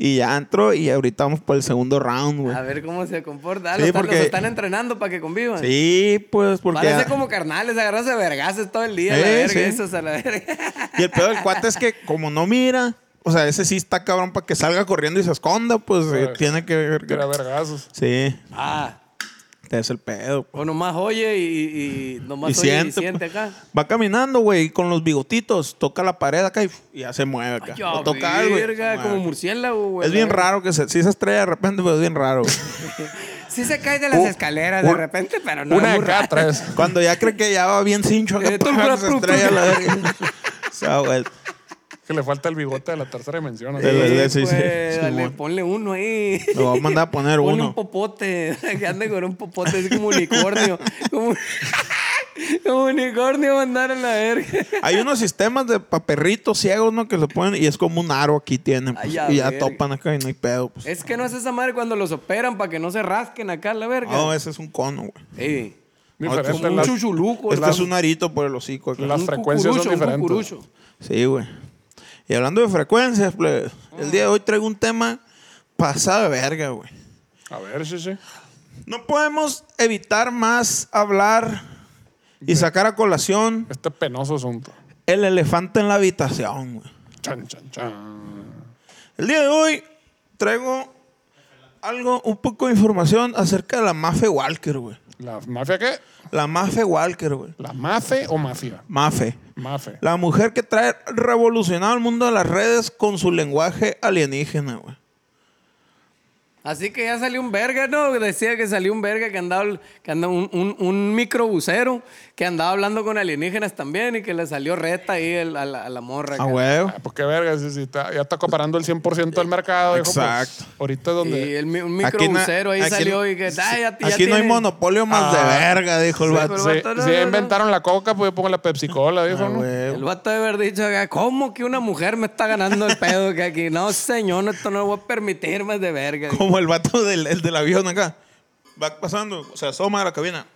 Speaker 2: Y ya entró y ahorita vamos por el segundo round, güey.
Speaker 3: A ver cómo se comporta.
Speaker 2: Sí,
Speaker 3: los, están- los
Speaker 2: porque-
Speaker 3: están entrenando para que convivan.
Speaker 2: Sí, pues porque.
Speaker 3: Parece como carnales, agarrarse a vergases todo el día, a la
Speaker 2: Eh,
Speaker 3: verga,
Speaker 2: sí.
Speaker 3: esos a la verga. *laughs*
Speaker 2: Y el pedo del cuate es que, como no mira, o sea, ese sí está cabrón para que salga corriendo y se esconda, pues eh,
Speaker 1: Ah,
Speaker 2: tiene que ver.
Speaker 1: Que era vergazos.
Speaker 2: Sí,
Speaker 3: Ah,
Speaker 2: es el pedo.
Speaker 3: o nomás oye y, y nomás
Speaker 2: Y
Speaker 3: oye y
Speaker 2: siente,
Speaker 3: siente
Speaker 2: pues.
Speaker 3: acá.
Speaker 2: Va caminando, güey, y con los bigotitos, toca la pared acá y, y ya se mueve acá.
Speaker 3: Ay, a
Speaker 2: O toca algo y se
Speaker 3: verga,
Speaker 2: mueve.
Speaker 3: como murciélago, güey.
Speaker 2: Es
Speaker 3: a la
Speaker 2: bien
Speaker 3: verga.
Speaker 2: raro que se, sí se estrella de repente, pero es bien raro. güey.
Speaker 3: Sí se cae de las
Speaker 2: Oh,
Speaker 1: Un-
Speaker 3: escaleras de
Speaker 1: un-
Speaker 3: repente, pero no
Speaker 1: Una
Speaker 3: es
Speaker 1: de
Speaker 3: muy
Speaker 1: cada
Speaker 3: raro.
Speaker 1: tres.
Speaker 2: Cuando ya cree que ya va bien cincho, acá, *laughs*
Speaker 3: Eh, tú,
Speaker 2: ¡pam!
Speaker 3: tú,
Speaker 2: se
Speaker 3: tú,
Speaker 2: estrella
Speaker 3: tú.
Speaker 2: la
Speaker 3: *laughs*
Speaker 2: verga. O sea, güey,
Speaker 1: Que le falta el bigote de la tercera dimensión. así.
Speaker 2: Sí,
Speaker 3: Sí,
Speaker 2: sí, sí, sí,
Speaker 3: pues,
Speaker 2: sí,
Speaker 3: dale,
Speaker 2: bueno.
Speaker 3: ponle uno ahí.
Speaker 2: lo voy a mandar a poner
Speaker 3: *laughs* Ponle
Speaker 2: uno.
Speaker 3: un popote. *laughs* Que ande con un popote, es
Speaker 2: *laughs*
Speaker 3: como unicornio. como, *laughs* como unicornio mandar a la verga.
Speaker 2: Hay unos sistemas de pa' perritos ciegos, ¿no? Que se ponen y es como un aro aquí tienen. pues,
Speaker 3: Ay, a
Speaker 2: y ya
Speaker 3: ver.
Speaker 2: topan acá y no hay pedo. Pues.
Speaker 3: Es que no es esa madre cuando los operan para que no se rasquen acá la verga.
Speaker 2: No, ese es un cono, güey.
Speaker 3: Sí.
Speaker 1: Diferente,
Speaker 2: Como un
Speaker 1: las-
Speaker 3: chuchuluco,
Speaker 2: Este
Speaker 3: las-
Speaker 2: es un arito por el hocico. acá.
Speaker 1: las
Speaker 3: Un
Speaker 1: frecuencias son
Speaker 3: cucurucho, un
Speaker 1: diferentes.
Speaker 3: cucurucho.
Speaker 2: Sí, güey. Y hablando de frecuencias, plebe, el día de hoy traigo un tema pasado de verga, güey.
Speaker 1: A ver, sí, sí.
Speaker 2: No podemos evitar más hablar y sacar a colación
Speaker 1: Este penoso asunto.
Speaker 2: el elefante en la habitación, güey.
Speaker 1: Chan, chan, chan.
Speaker 2: El día de hoy traigo algo, un poco de información acerca de la Mafe Walker, güey.
Speaker 1: ¿La mafia qué?
Speaker 2: La Mafe Walker, güey.
Speaker 1: ¿La mafe o mafia?
Speaker 2: Mafe.
Speaker 1: Mafe.
Speaker 2: La mujer que trae revolucionado el mundo de las redes con su lenguaje alienígena, güey.
Speaker 3: Así que ya salió un verga, ¿no? Decía que salió un verga que andaba, que andaba un, un, un microbusero que andaba hablando con alienígenas también y que le salió reta ahí el- a, la, a la morra.
Speaker 2: A
Speaker 3: acá.
Speaker 2: huevo.
Speaker 1: Ah, pues qué verga, sí, sí, está- ya está comparando el 100% del mercado. hijo, pues,
Speaker 2: Exacto.
Speaker 1: ahorita es donde...
Speaker 3: Y el, mi- un
Speaker 2: Aquí no-
Speaker 3: microbusero ahí
Speaker 2: aquí-
Speaker 3: salió y que, "Ay, ya- ya
Speaker 2: Aquí no hay
Speaker 3: tiene-
Speaker 2: monopolio más de
Speaker 1: Ah.
Speaker 2: verga, dijo el
Speaker 3: Sí,
Speaker 2: vato.
Speaker 3: pero-
Speaker 1: Sí,
Speaker 3: vato, no,
Speaker 1: sí,
Speaker 3: no, no.
Speaker 1: inventaron la coca, pues yo pongo la Pepsi Cola, dijo,
Speaker 2: A
Speaker 1: ¿no?
Speaker 2: huevo.
Speaker 3: El vato de haber dicho, acá, ¿cómo que una mujer me está ganando el pedo que aquí? No, señor, no, esto no lo voy a permitir más de verga. *laughs*
Speaker 2: Como el vato del, el del avión acá. Va pasando, se asoma a la cabina.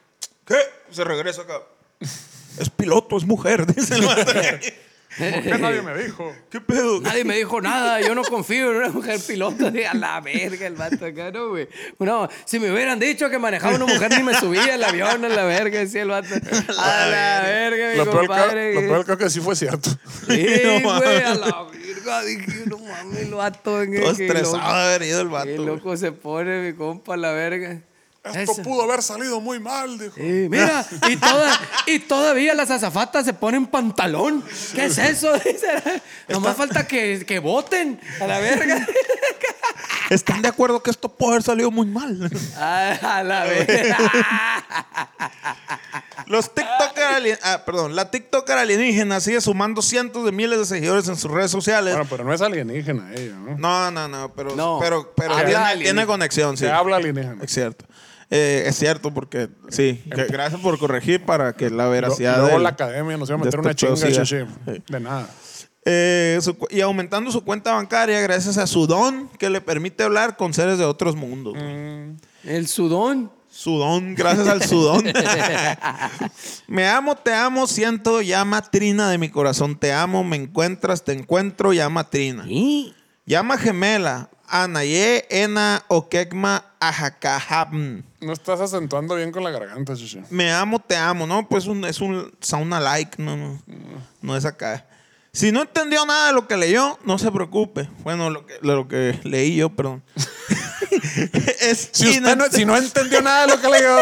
Speaker 2: ¿Qué? Se regresa
Speaker 3: *laughs*
Speaker 2: acá. Es piloto, es mujer, dice el vato.
Speaker 1: ¿Por qué nadie me dijo?
Speaker 2: ¿Qué pedo?
Speaker 3: Nadie me dijo nada, yo no confío en una mujer piloto. Dije, a la verga el vato acá, ¿no, güey? No, si me hubieran dicho que manejaba una mujer, ni me subía al avión, a la verga, decía
Speaker 2: *laughs*
Speaker 3: el vato. A la verga, mi
Speaker 1: Lo peor, que,
Speaker 3: compadre.
Speaker 1: lo peor que sí fue cierto.
Speaker 3: *laughs* Sí,
Speaker 2: *laughs* No
Speaker 3: güey,
Speaker 2: mames.
Speaker 3: a la verga. verga. Dije, no mames, el vato.
Speaker 2: Todo
Speaker 3: Todo
Speaker 2: estresado de haber ido el vato.
Speaker 3: Qué
Speaker 2: güey.
Speaker 3: loco se pone mi compa, la verga.
Speaker 1: Esto
Speaker 3: Eso.
Speaker 1: pudo haber salido muy mal, dijo.
Speaker 3: Sí, mira, y, toda- y todavía las azafatas se ponen pantalón. ¿Qué es eso? *laughs* Dice, nomás falta que, que voten a la verga.
Speaker 2: Están de acuerdo que esto puede haber salido muy
Speaker 3: *laughs*
Speaker 2: mal.
Speaker 3: *laughs* A, a la verga.
Speaker 2: Los TikToker alien- ah, perdón, la TikToker alienígena sigue sumando cientos de miles de seguidores en sus redes sociales.
Speaker 1: Bueno, pero no es alienígena ella, ¿no?
Speaker 2: No, no, no, pero,
Speaker 3: No.
Speaker 2: pero, pero
Speaker 3: Habla
Speaker 2: tiene,
Speaker 3: alienígena.
Speaker 2: tiene conexión, sí.
Speaker 1: Se habla alienígena.
Speaker 2: Es cierto. Eh, es cierto porque, sí, que- gracias por corregir para que la
Speaker 1: Em- Lo-
Speaker 2: veracidad...
Speaker 1: Luego
Speaker 2: del-
Speaker 1: la academia nos iba a
Speaker 2: de
Speaker 1: meter
Speaker 2: este
Speaker 1: una chinga,
Speaker 2: pedo siga.
Speaker 1: chichi.
Speaker 2: Sí.
Speaker 1: De nada.
Speaker 2: Eh, su cu- y aumentando su cuenta bancaria gracias a su don que le permite hablar con seres de otros mundos.
Speaker 3: *laughs*
Speaker 1: Mm.
Speaker 3: El sudón.
Speaker 2: Sudón, gracias al sudón. me amo, te amo, siento, llama trina de mi corazón, te amo, me encuentras, te encuentro, llama trina.
Speaker 3: *laughs* Y
Speaker 2: Llama gemela, Anaye, Ena, Okekma, Ajakaham.
Speaker 1: No estás acentuando bien con la garganta, chichi.
Speaker 2: Me amo, te amo, ¿no? Pues un- es un sound alike, no, no, no es acá. Si no entendió nada de lo que leyó, no se preocupe. Bueno, lo que, lo que leí yo,
Speaker 1: *laughs*
Speaker 2: perdón. *laughs* es
Speaker 1: Si, usted no,
Speaker 2: inent-
Speaker 1: si no entendió nada de lo que le digo,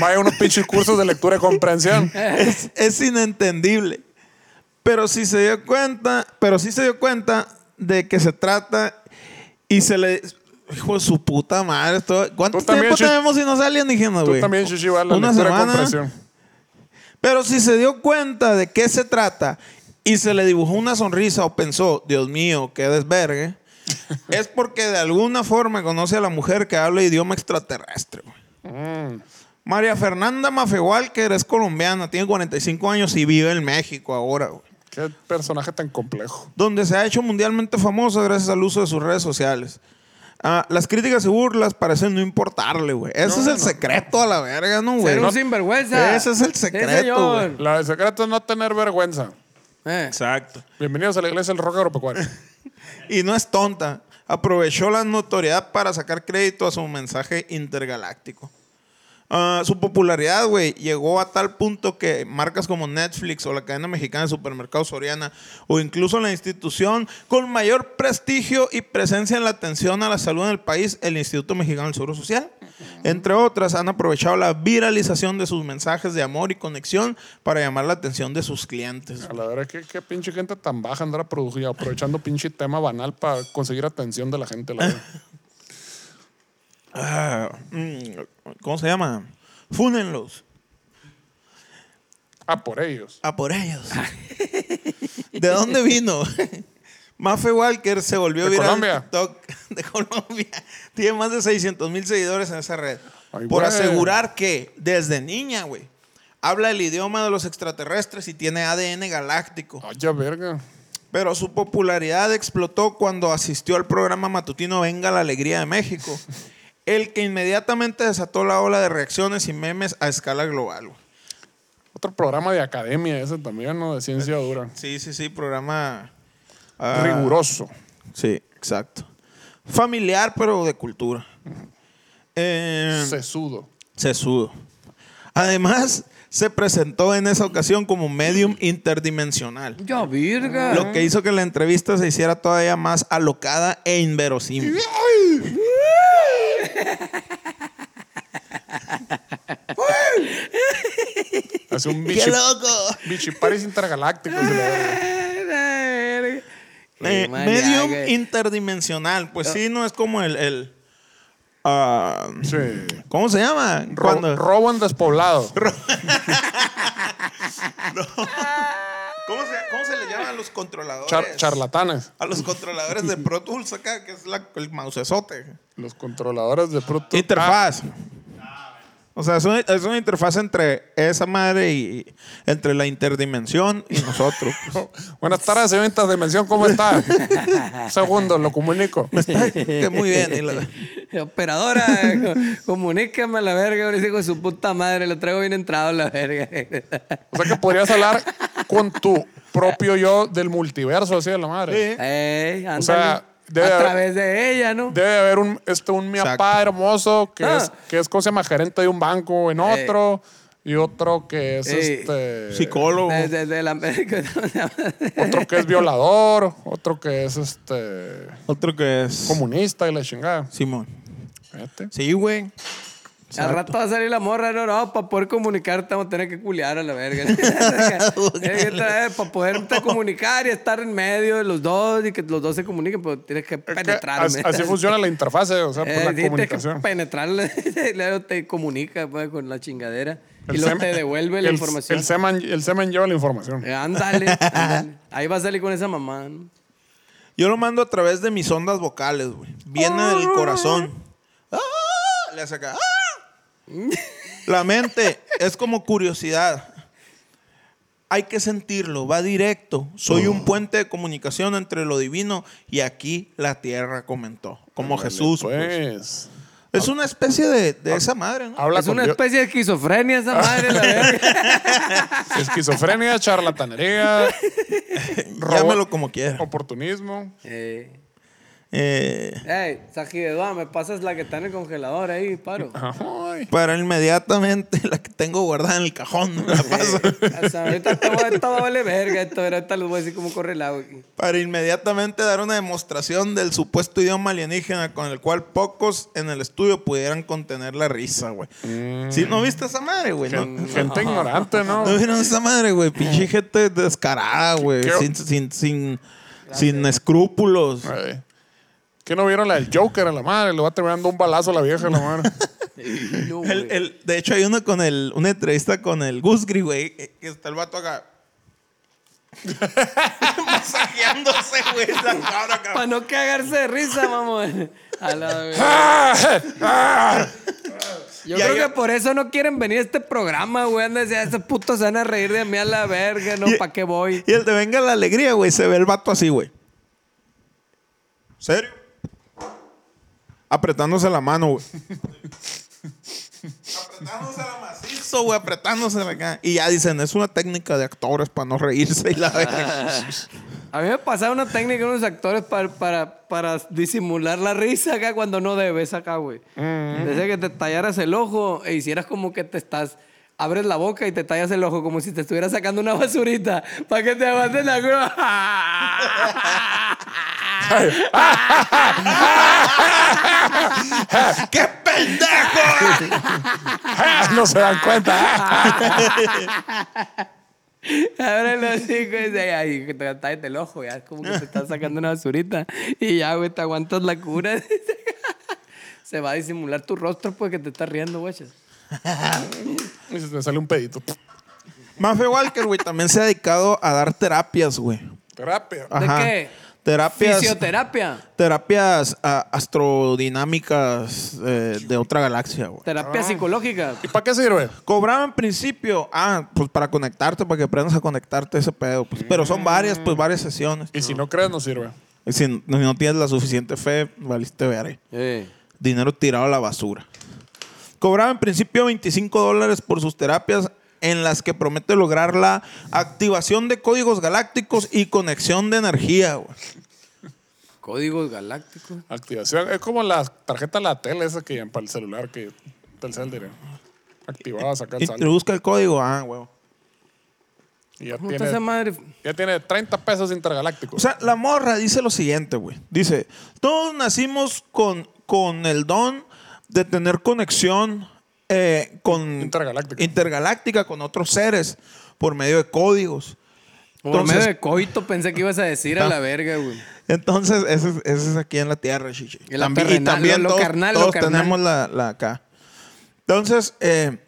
Speaker 1: vaya a unos pinches cursos de lectura y
Speaker 2: *laughs*
Speaker 1: comprensión.
Speaker 2: es, es inentendible. Pero si se dio cuenta, pero sí se dio cuenta de que se trata y se le hijo de su puta madre, esto- ¿cuánto
Speaker 1: Tú también,
Speaker 2: tiempo
Speaker 1: Chuy-
Speaker 2: tenemos si no sale indígena,
Speaker 1: Tú
Speaker 2: güey?
Speaker 1: también, chichi, va a la
Speaker 2: Una
Speaker 1: lectura y
Speaker 2: semana.
Speaker 1: comprensión.
Speaker 2: Pero si se dio cuenta de qué se trata y se le dibujó una sonrisa o pensó, Dios mío, qué
Speaker 3: *laughs*
Speaker 2: desvergue, es porque de alguna forma conoce a la mujer que habla idioma extraterrestre. güey.
Speaker 3: Mm.
Speaker 2: María Fernanda Mafegualquer es colombiana, tiene 45 años y vive en México ahora, güey,
Speaker 1: Qué personaje tan complejo.
Speaker 2: donde se ha hecho mundialmente famosa gracias al uso de sus redes sociales. Ah, las críticas y burlas parecen no importarle, güey. Ese es el secreto a la verga, ¿no, güey?
Speaker 3: ser
Speaker 2: No-
Speaker 3: un sinvergüenza.
Speaker 2: Ese es el
Speaker 3: Sí,
Speaker 2: secreto,
Speaker 3: señor.
Speaker 1: La de secreto es no tener vergüenza.
Speaker 3: Eh.
Speaker 2: Exacto.
Speaker 1: Bienvenidos a la iglesia del rock agropecuario.
Speaker 2: *laughs* Y no es tonta. Aprovechó la notoriedad para sacar crédito a su mensaje intergaláctico. Ah, su popularidad, güey, llegó a tal punto que marcas como Netflix o la cadena mexicana de supermercados Soriana o incluso la institución con mayor prestigio y presencia en la atención a la salud en el país, el Instituto Mexicano del Seguro Social, entre otras, han aprovechado la viralización de sus mensajes de amor y conexión para llamar la atención de sus clientes.
Speaker 1: A la verdad, qué, qué pinche gente tan baja andar aprovechando, aprovechando pinche tema banal para conseguir atención de la gente. La verdad.
Speaker 2: *laughs* Ah, mm, ¿Cómo se llama? Fúnenlos.
Speaker 1: ah, por ellos.
Speaker 2: A por ellos. *laughs* ¿De dónde vino? *laughs* Mafe Walker se volvió
Speaker 1: ¿De
Speaker 2: viral en
Speaker 1: Colombia?
Speaker 2: TikTok *laughs* de Colombia. Tiene más de 600 mil seguidores en esa red.
Speaker 1: Ay,
Speaker 2: por
Speaker 1: güey.
Speaker 2: asegurar que desde niña, güey, habla el idioma de los extraterrestres y tiene ADN galáctico.
Speaker 1: Ay, ya verga.
Speaker 2: Pero su popularidad explotó cuando asistió al programa matutino Venga la Alegría
Speaker 1: *laughs*
Speaker 2: de México, el que inmediatamente desató la ola de reacciones y memes a escala global. güey.
Speaker 1: Otro programa de academia ese también, ¿no? De ciencia dura.
Speaker 2: Sí, sí, sí, programa... ah,
Speaker 1: Riguroso.
Speaker 2: Sí, exacto. Familiar, pero de cultura. Eh,
Speaker 1: Sesudo.
Speaker 2: Sesudo. Además, se presentó en esa ocasión como medium interdimensional.
Speaker 3: Ya, virga.
Speaker 2: Lo que hizo que la entrevista se hiciera todavía más alocada e inverosímil.
Speaker 1: Hace
Speaker 2: *laughs*
Speaker 1: un
Speaker 2: ¡Qué
Speaker 1: bichi,
Speaker 2: loco!
Speaker 1: bichiparis intergalácticos. y la verga.
Speaker 3: Eh, la verga.
Speaker 2: Eh,
Speaker 3: Qué
Speaker 2: medium
Speaker 3: maniaca.
Speaker 2: interdimensional. Pues sí, no es como el. el, ah,
Speaker 1: Sí.
Speaker 2: ¿Cómo se llama?
Speaker 1: Ro-
Speaker 2: *laughs* Cuando-
Speaker 1: robo en despoblado.
Speaker 2: ¿cómo, se, ¿Cómo se le llama a los controladores?
Speaker 1: Char- charlatanes.
Speaker 2: a los controladores de Pro Tools acá, que es la- el mousezote.
Speaker 1: Los controladores de Pro Tools.
Speaker 2: Interfaz. O sea, es una, es una interfaz entre esa madre y entre la interdimensión y nosotros. pues.
Speaker 1: Ah, buenas tardes, señor Interdimensión, ¿cómo está?
Speaker 2: *laughs*
Speaker 1: Un Segundo, lo comunico.
Speaker 2: que muy bien. y la-
Speaker 3: eh, Operadora, *laughs* co- comunícame a la verga. Ahora sí con su puta madre. Lo traigo bien entrado a la verga. *laughs*
Speaker 1: O sea que podrías hablar con tu propio yo del multiverso, así de la madre.
Speaker 3: Ey, ándale.
Speaker 1: sea, debe
Speaker 3: a
Speaker 1: haber-
Speaker 3: través de ella, ¿no?
Speaker 1: Debe de haber un, este, un miapá
Speaker 2: Exacto.
Speaker 1: hermoso que
Speaker 3: Ah. Eh.
Speaker 1: es, que es cosa más gerente de un banco en otro. y otro que es
Speaker 3: Ey.
Speaker 1: este.
Speaker 2: Psicólogo.
Speaker 3: De, de- de la- *laughs* ¿cómo se llama?
Speaker 1: Otro que es violador, otro que es este.
Speaker 2: Otro que es.
Speaker 1: comunista y la chingada.
Speaker 2: Simón.
Speaker 1: Fíjate.
Speaker 2: Sí, güey.
Speaker 3: Al rato va a salir la morra, no, no, para poder comunicarte vamos a tener que culiar a la
Speaker 1: *laughs*
Speaker 3: verga. *laughs* Eh, Tienes que traer- para poderte comunicar y estar en medio de los dos y que los dos se comuniquen, pero tienes que
Speaker 1: Es que
Speaker 3: penetrarme.
Speaker 1: as- así funciona la interfase, o sea,
Speaker 3: Eh,
Speaker 1: pues, la
Speaker 3: sí, Tienes
Speaker 1: comunicación.
Speaker 3: que penetrarle, *laughs* luego te comunica pues, con la chingadera y
Speaker 1: El
Speaker 3: luego
Speaker 1: semen-
Speaker 3: te devuelve la
Speaker 1: el-
Speaker 3: información.
Speaker 1: El semen, el semen lleva la información. *laughs*
Speaker 3: Eh, ándale, ándale. Ahí va a salir con esa mamá. ¿no?
Speaker 2: Yo lo mando a través de mis ondas vocales, güey. Viene del corazón. ¡Ah! Le saca. ¡Ah! La mente es como curiosidad. Hay que sentirlo, va directo. Soy un puente de comunicación entre lo divino y aquí la tierra comentó. Como Jesús, pues.
Speaker 1: Pues.
Speaker 2: Es una especie de, de esa madre, ¿no?
Speaker 1: Habla
Speaker 3: Es
Speaker 1: con
Speaker 3: una
Speaker 1: Dios.
Speaker 3: especie de esquizofrenia esa madre,
Speaker 1: *laughs*
Speaker 3: la verga.
Speaker 1: Esquizofrenia, charlatanería, robo-
Speaker 2: Llámalo como quiera.
Speaker 1: oportunismo.
Speaker 3: Eh,
Speaker 2: Eh,
Speaker 3: Ey, Saji de Dua, me pasas la que está en el congelador ahí, paro.
Speaker 1: Ay.
Speaker 2: para inmediatamente *laughs* la que tengo guardada en el cajón. ¿no? La paso.
Speaker 3: O sea, ahorita todo, esto vale verga, esto pero ahorita les voy a decir cómo corre el agua aquí.
Speaker 2: para inmediatamente dar una demostración del supuesto idioma alienígena con el cual pocos en el estudio pudieran contener la risa, güey. ¿Sí? ¿No viste esa madre, güey? ¿No,
Speaker 1: Gen- Gente ignorante, ¿no?
Speaker 2: ¿No vieron esa madre, güey? Pinche gente descarada, güey.
Speaker 1: Creo-
Speaker 2: Sin, sin, sin, sin escrúpulos.
Speaker 1: Ay. ¿Qué no vieron la del Joker a la madre? Le va terminando un balazo a la vieja a la *laughs* madre.
Speaker 3: No, güey.
Speaker 2: El- el- de hecho, hay una con el, una entrevista con el Gusgri, güey, que que está el vato acá. *laughs* Masajeándose, güey, esa cabra, cabrón.
Speaker 3: Para no cagarse de risa, mamón. A la verga.
Speaker 1: Ah,
Speaker 3: Yo
Speaker 2: Ya,
Speaker 3: creo
Speaker 2: ya.
Speaker 3: que por eso no quieren venir a este programa, güey. Andan decía, estos putos se van a reír de mí a la verga, ¿no?
Speaker 2: Y-
Speaker 3: ¿Para qué voy?
Speaker 2: Y el de Venga la Alegría, güey, se ve el vato así, güey. ¿Serio? Apretándose la mano, güey. apretándose la macizo, güey, apretándose acá. Y ya dicen, es una técnica de actores para no reírse y la verga.
Speaker 3: A mí me pasaba una técnica de unos actores para, para, para disimular la risa acá cuando no debes acá, güey. Decía que te tallaras el ojo e hicieras como que te estás... Abres la boca y te tallas el ojo como si te estuvieras sacando una basurita para que te aguantes la *laughs* grúa.
Speaker 2: *laughs*
Speaker 1: ah,
Speaker 2: ¡Qué pendejo!
Speaker 1: ah. no se dan cuenta.
Speaker 3: Abre los hocico y dice, ay, que te tallas el ojo, ya es como que te estás sacando una basurita y ya, güey, te aguantas la cura. *laughs* Se va a disimular tu rostro pues que te estás riendo, güey.
Speaker 1: *laughs* Y se me sale un pedito.
Speaker 2: Mafe Walker, güey, también se ha dedicado a dar terapias, güey.
Speaker 1: Terapia.
Speaker 3: qué?
Speaker 2: Terapias.
Speaker 3: Fisioterapia.
Speaker 2: Terapias ah, astrodinámicas eh, de otra galaxia, güey.
Speaker 3: Terapia psicológica.
Speaker 1: ¿Y para qué sirve?
Speaker 2: Cobraban en principio, ah, pues para conectarte, para que aprendas a conectarte ese pedo. pues. Pero son varias, pues varias sesiones.
Speaker 1: Y si no crees, no sirve.
Speaker 2: Y si no, no tienes la suficiente fe, valiste ver. eh. Dinero tirado a la basura. Cobraba en principio 25 dólares por sus terapias en las que promete lograr la activación de códigos galácticos y conexión de energía. güey.
Speaker 3: Códigos galácticos.
Speaker 1: Activación. Es como la tarjeta de la tele esa que para el celular que Telcel diré. Activada, saca el
Speaker 2: Y te
Speaker 1: saldo.
Speaker 2: busca el código, ah, huevo.
Speaker 1: Y ya
Speaker 3: ¿Cómo está esa
Speaker 1: tiene,
Speaker 3: madre?
Speaker 1: ya tiene 30 pesos intergalácticos. *laughs*
Speaker 2: O *laughs* sea, la morra dice lo siguiente, güey. Dice, todos nacimos con, con el don de tener conexión eh, con...
Speaker 1: Intergaláctica.
Speaker 2: Intergaláctica con otros seres por medio de códigos.
Speaker 3: Por
Speaker 2: Entonces-
Speaker 3: medio de coito pensé que ibas a decir
Speaker 2: Ah.
Speaker 3: a la verga, güey.
Speaker 2: Entonces, ese es, ese es aquí en la tierra, chiche.
Speaker 3: Y la terrenal, lo- lo
Speaker 2: todos,
Speaker 3: carnal, lo
Speaker 2: todos
Speaker 3: carnal.
Speaker 2: tenemos la, la acá. Entonces, eh,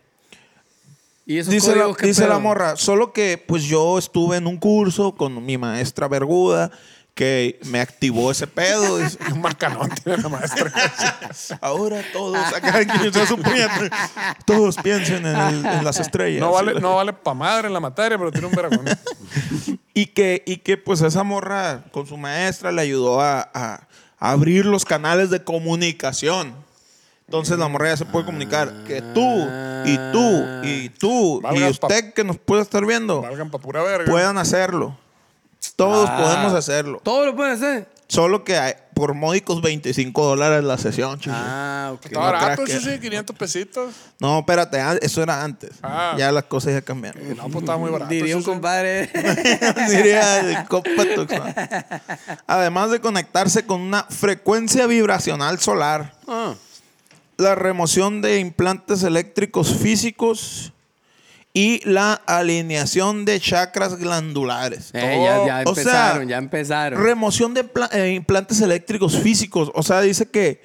Speaker 3: Y esos
Speaker 2: dice, la,
Speaker 3: códigos qué
Speaker 2: dice
Speaker 3: pedo?
Speaker 2: la morra, solo que pues yo estuve en un curso con mi maestra verguda que me activó ese pedo. dice.
Speaker 1: un macarón tiene la maestra.
Speaker 2: Ahora todos, acá quien sea su puñeta, todos piensen en, el- en las estrellas.
Speaker 1: No vale, no vale pa' madre en la materia, pero tiene un veragón.
Speaker 2: Y, que, y que pues esa morra con su maestra le ayudó a, a- a abrir los canales de comunicación. Entonces la morra ya se puede comunicar que tú y tú y tú
Speaker 1: Valga
Speaker 2: y
Speaker 1: pa-
Speaker 2: usted que nos puede estar viendo
Speaker 1: Valgan pa' pura verga. Ah.
Speaker 2: puedan hacerlo. Todos podemos hacerlo.
Speaker 3: Todo lo pueden hacer.
Speaker 2: Solo que hay- por módicos 25 dólares la sesión, chichi.
Speaker 3: Ah, ok.
Speaker 1: Está barato,
Speaker 2: creas que-
Speaker 1: sí, sí, 500 pesitos.
Speaker 2: *laughs* No, espérate, an- eso era antes.
Speaker 1: Ah.
Speaker 2: Ya las cosas ya cambiaron.
Speaker 1: No, pues estaba muy barato.
Speaker 3: Diría un
Speaker 1: chuchu.
Speaker 2: *laughs*
Speaker 3: compadre. *laughs*
Speaker 2: Diría el compa Tuxpan. Además de conectarse con una frecuencia vibracional solar,
Speaker 3: Ah,
Speaker 2: la remoción de implantes eléctricos físicos y la alineación de chakras glandulares.
Speaker 3: eh, ya, ya
Speaker 2: O sea,
Speaker 3: empezaron, ya empezaron.
Speaker 2: Remoción de pla- eh, implantes eléctricos físicos. O sea, dice que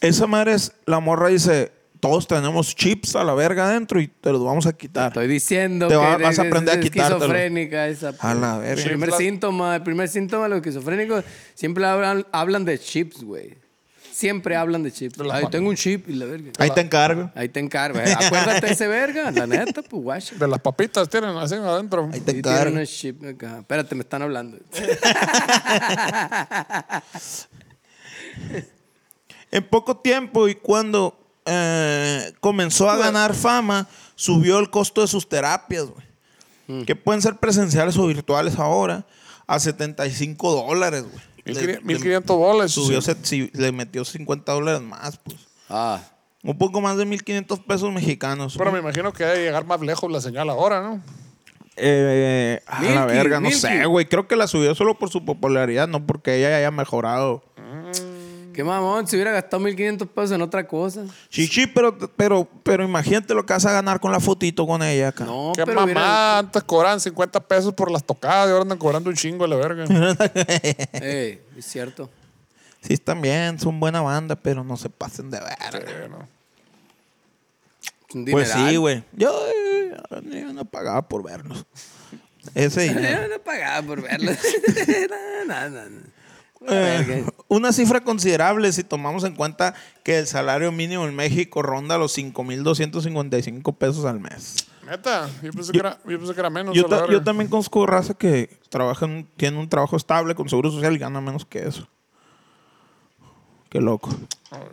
Speaker 2: esa madre es, la morra dice, todos tenemos chips a la verga adentro y te los vamos a quitar.
Speaker 3: Estoy diciendo
Speaker 2: Te va-
Speaker 3: que
Speaker 2: vas a
Speaker 3: es-
Speaker 2: aprender a
Speaker 3: es
Speaker 2: quitártelo.
Speaker 3: esquizofrénica esa.
Speaker 2: A la verga.
Speaker 3: El primer
Speaker 1: Chifla-
Speaker 3: síntoma, el primer síntoma de los esquizofrénicos siempre hablan, hablan de chips, güey. Siempre hablan de chips. Ay, tengo un chip y la verga.
Speaker 2: Ahí te encargo.
Speaker 3: Ahí te encargo. eh. Acuérdate ese verga, la neta, pues guacha.
Speaker 1: De las papitas tienen así adentro.
Speaker 2: Ahí te
Speaker 3: Y tiene
Speaker 2: encargo.
Speaker 3: unos chips acá. Espérate, me están hablando.
Speaker 2: En poco tiempo y cuando eh, comenzó a ganar fama, subió el costo de sus terapias, güey. Que pueden ser presenciales o virtuales ahora, a 75 dólares, güey.
Speaker 1: Mil
Speaker 2: Le-
Speaker 1: quinien-
Speaker 2: le-
Speaker 1: 1500 bolas.
Speaker 2: Subió, set- si- le metió 50 dólares más, pues.
Speaker 3: Ah,
Speaker 2: Un poco más de 1.500 pesos mexicanos.
Speaker 1: Pero me imagino que debe llegar más lejos la señal ahora, ¿no?
Speaker 2: Eh, a la
Speaker 3: Milky,
Speaker 2: verga, no
Speaker 3: Milky.
Speaker 2: sé, güey. Creo que la subió solo por su popularidad, no porque ella haya mejorado.
Speaker 3: qué mamón, si hubiera gastado 1500 pesos en otra cosa.
Speaker 2: Chichi, pero, pero, pero imagínate lo que vas a ganar con la fotito con ella acá.
Speaker 3: No,
Speaker 1: Qué
Speaker 3: pero
Speaker 1: mamá,
Speaker 3: hubiera...
Speaker 1: antes cobraban 50 pesos por las tocadas y ahora andan cobrando un chingo a la verga.
Speaker 3: Eh, es cierto.
Speaker 2: Sí, están bien, son buena banda, pero no se pasen de verga.
Speaker 1: Bueno,
Speaker 3: Es un
Speaker 2: Pues
Speaker 3: dineral.
Speaker 2: sí,
Speaker 3: *laughs*
Speaker 2: güey. Yo, eh, yo no pagaba por vernos. Ese
Speaker 3: *laughs*
Speaker 2: dinero.
Speaker 3: No, no pagaba por verlo. *laughs* no, no, no, no.
Speaker 2: Eh, una cifra considerable si tomamos en cuenta que el salario mínimo en México ronda los 5.255 pesos al mes.
Speaker 1: Neta, yo pensé, que
Speaker 2: Yo-
Speaker 1: era, yo pensé que era menos.
Speaker 2: Yo,
Speaker 1: a la
Speaker 2: ta-
Speaker 1: verga.
Speaker 2: yo también conozco raza que trabaja en, un- tiene un trabajo estable con seguro social y gana menos que eso. Qué loco.
Speaker 1: A ver.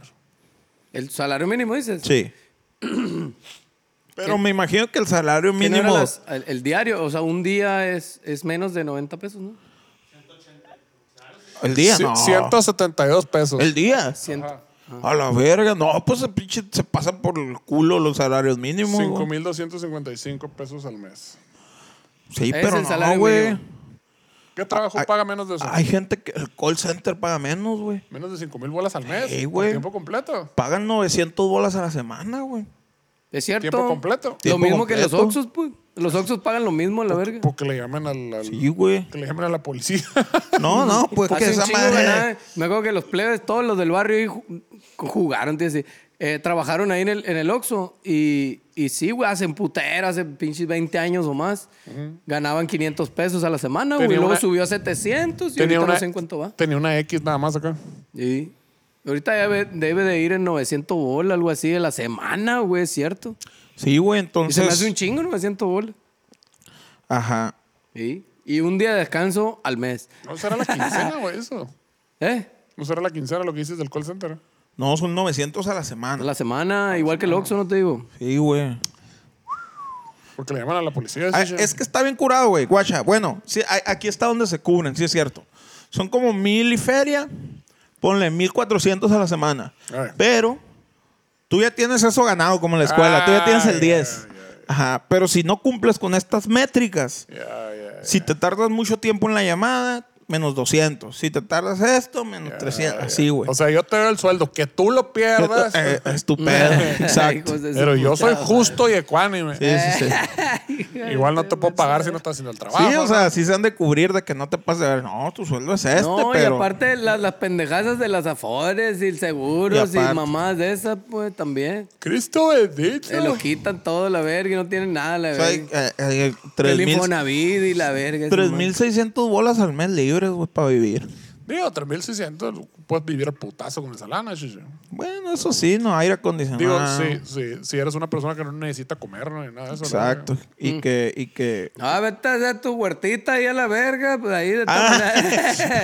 Speaker 3: El salario mínimo, dices. *clears throat*
Speaker 2: Sí. Pero me imagino que el salario
Speaker 3: ¿Qué no era
Speaker 2: mínimo...
Speaker 3: las- el, el diario, o sea, un día es, es menos de 90 pesos, ¿no?
Speaker 2: El día,
Speaker 1: Ci-
Speaker 2: no.
Speaker 1: 172 pesos.
Speaker 2: El día.
Speaker 3: Ciento-
Speaker 2: A la verga. No, pues se, pinche, se pasan por el culo los salarios mínimos. güey.
Speaker 1: 5.255 pesos al mes.
Speaker 2: Sí,
Speaker 3: Ese
Speaker 2: pero
Speaker 3: es el salario
Speaker 2: no, güey.
Speaker 3: mínimo.
Speaker 1: ¿Qué trabajo
Speaker 2: Ay-
Speaker 1: paga menos de eso?
Speaker 2: Hay gente que el call center paga menos, güey.
Speaker 1: Menos de 5 mil bolas al mes.
Speaker 2: Ey,
Speaker 1: por
Speaker 2: güey.
Speaker 1: Tiempo completo.
Speaker 2: Pagan 900 bolas a la semana, güey.
Speaker 3: Es cierto.
Speaker 1: Tiempo completo.
Speaker 3: Lo
Speaker 2: Tiempo
Speaker 3: mismo que los
Speaker 2: completo.
Speaker 3: Oxxos, pues. Los Oxxos pagan lo mismo, la verga.
Speaker 1: Porque le llaman al. al-
Speaker 2: Sí, güey.
Speaker 1: que le llaman a la
Speaker 2: *laughs*
Speaker 1: policía.
Speaker 2: No, no, pues que
Speaker 3: Hace un
Speaker 2: esa
Speaker 3: chingo
Speaker 2: madre.
Speaker 3: ganaba- Me acuerdo que los plebes, todos los del barrio ahí ju- jugaron, tío, así. Eh, trabajaron ahí en el, en el Oxxo y, y sí, güey, hacen putera, hace pinches 20 años o más. Ganaban 500 pesos a la semana, güey.
Speaker 1: Tenía
Speaker 3: Luego
Speaker 1: una-
Speaker 3: subió a 700 y ahorita no sé en cuánto va.
Speaker 1: tenía una X nada más acá.
Speaker 3: Sí. Ahorita ya ve- debe de ir en 900 bolas, algo así, de la semana, güey, es cierto.
Speaker 2: Sí, güey,
Speaker 3: Y se me hace
Speaker 2: entonces.
Speaker 3: un chingo 900 bolas.
Speaker 2: Ajá.
Speaker 3: Sí. Y un día de descanso al mes.
Speaker 1: No será la quincena, güey, eso.
Speaker 3: ¿Eh?
Speaker 1: No será la quincena lo que dices del call center.
Speaker 2: No, son 900 a la
Speaker 3: A
Speaker 2: semana.
Speaker 3: la semana, igual que el Oxxo, no te digo.
Speaker 2: Sí, güey.
Speaker 1: Porque le llaman a la policía.
Speaker 2: Ah,
Speaker 1: sí, sí.
Speaker 2: Es que está bien curado, güey. Guacha, bueno, sí, a- aquí está donde se cubren, sí es cierto. Son como mil y feria, ponle 1400 a la semana.
Speaker 1: Ay.
Speaker 2: Pero tú ya tienes eso ganado como en la escuela, tú ya tienes
Speaker 1: Ay,
Speaker 2: el 10.
Speaker 1: ay,
Speaker 2: Ajá, pero si no cumples con estas métricas,
Speaker 1: Ya, ya, ya.
Speaker 2: si te tardas mucho tiempo en la llamada, menos 200. Si te tardas esto, menos 300. Así, güey.
Speaker 1: O sea, yo te doy el sueldo. Que tú lo pierdas.
Speaker 2: *laughs* Eh,
Speaker 3: *laughs*
Speaker 2: estupendo,
Speaker 1: *laughs*
Speaker 2: exacto.
Speaker 3: Hijos de su
Speaker 1: pero yo
Speaker 3: puta
Speaker 1: soy
Speaker 3: madre.
Speaker 1: justo y ecuánime.
Speaker 2: Sí, sí,
Speaker 1: *laughs*
Speaker 2: sí.
Speaker 1: Igual no te puedo pagar si no estás haciendo el trabajo.
Speaker 2: Sí, o
Speaker 1: ¿no?
Speaker 2: sea, sí se han de cubrir de que no te pases de ver. No, tu sueldo es este,
Speaker 3: no,
Speaker 2: pero.
Speaker 3: y aparte las, las pendejadas de las afores y el seguro
Speaker 2: Y
Speaker 3: y,
Speaker 2: aparte-
Speaker 3: mamás de esas, pues también.
Speaker 1: Cristo bendito.
Speaker 3: Se lo quitan todo la verga y no tienen nada, la
Speaker 2: o
Speaker 3: verga.
Speaker 2: sea, hay, eh, eh,
Speaker 3: el
Speaker 2: 3,000
Speaker 3: Infonavit y la verga. esa mamá.
Speaker 2: 3.600 bolas al mes libres, güey, para vivir.
Speaker 1: Digo, 3600 puedes vivir a putazo con esa lana. sí, sí.
Speaker 2: Bueno, eso sí, no, aire acondicionado.
Speaker 1: Digo, sí, sí, si eres una persona que no necesita comer ni nada de eso. la
Speaker 2: Exacto. Y
Speaker 1: mm.
Speaker 2: que, y que.
Speaker 3: Ah, vete a hacer tu huertita ahí a la verga, pues ahí de todas
Speaker 2: Ah,
Speaker 3: maneras-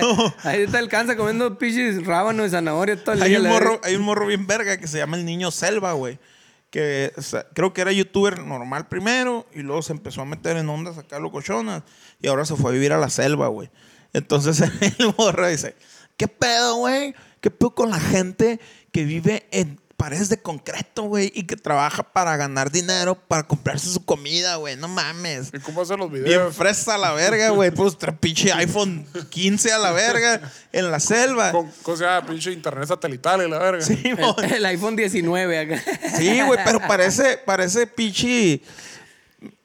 Speaker 2: *laughs* no.
Speaker 3: *laughs* Ahí te alcanza comiendo pichis rábanos y zanahorias *laughs* todo el
Speaker 2: Hay
Speaker 3: día.
Speaker 2: un,
Speaker 3: la verga.
Speaker 2: morro, hay un morro bien verga que se llama el niño Selva, güey. Que o sea, creo que era youtuber normal primero y luego se empezó a meter en ondas acá locochonas y ahora se fue a vivir a la selva, güey. Entonces *laughs* el morro dice, ¿Qué pedo, güey? ¿Qué pedo con la gente que vive en paredes de concreto, güey? Y que trabaja para ganar dinero, para comprarse su comida, güey. No mames.
Speaker 1: ¿Y cómo hacen los
Speaker 2: Bien
Speaker 1: videos?
Speaker 2: fresa a la verga, güey. Pues tra- pinche iPhone 15 a la verga en la selva.
Speaker 1: Con, con- o sea, pinche internet satelital y la verga.
Speaker 2: Sí, mon. *laughs*
Speaker 3: El, el iPhone 19 acá.
Speaker 2: Sí, güey, pero parece, parece pinche.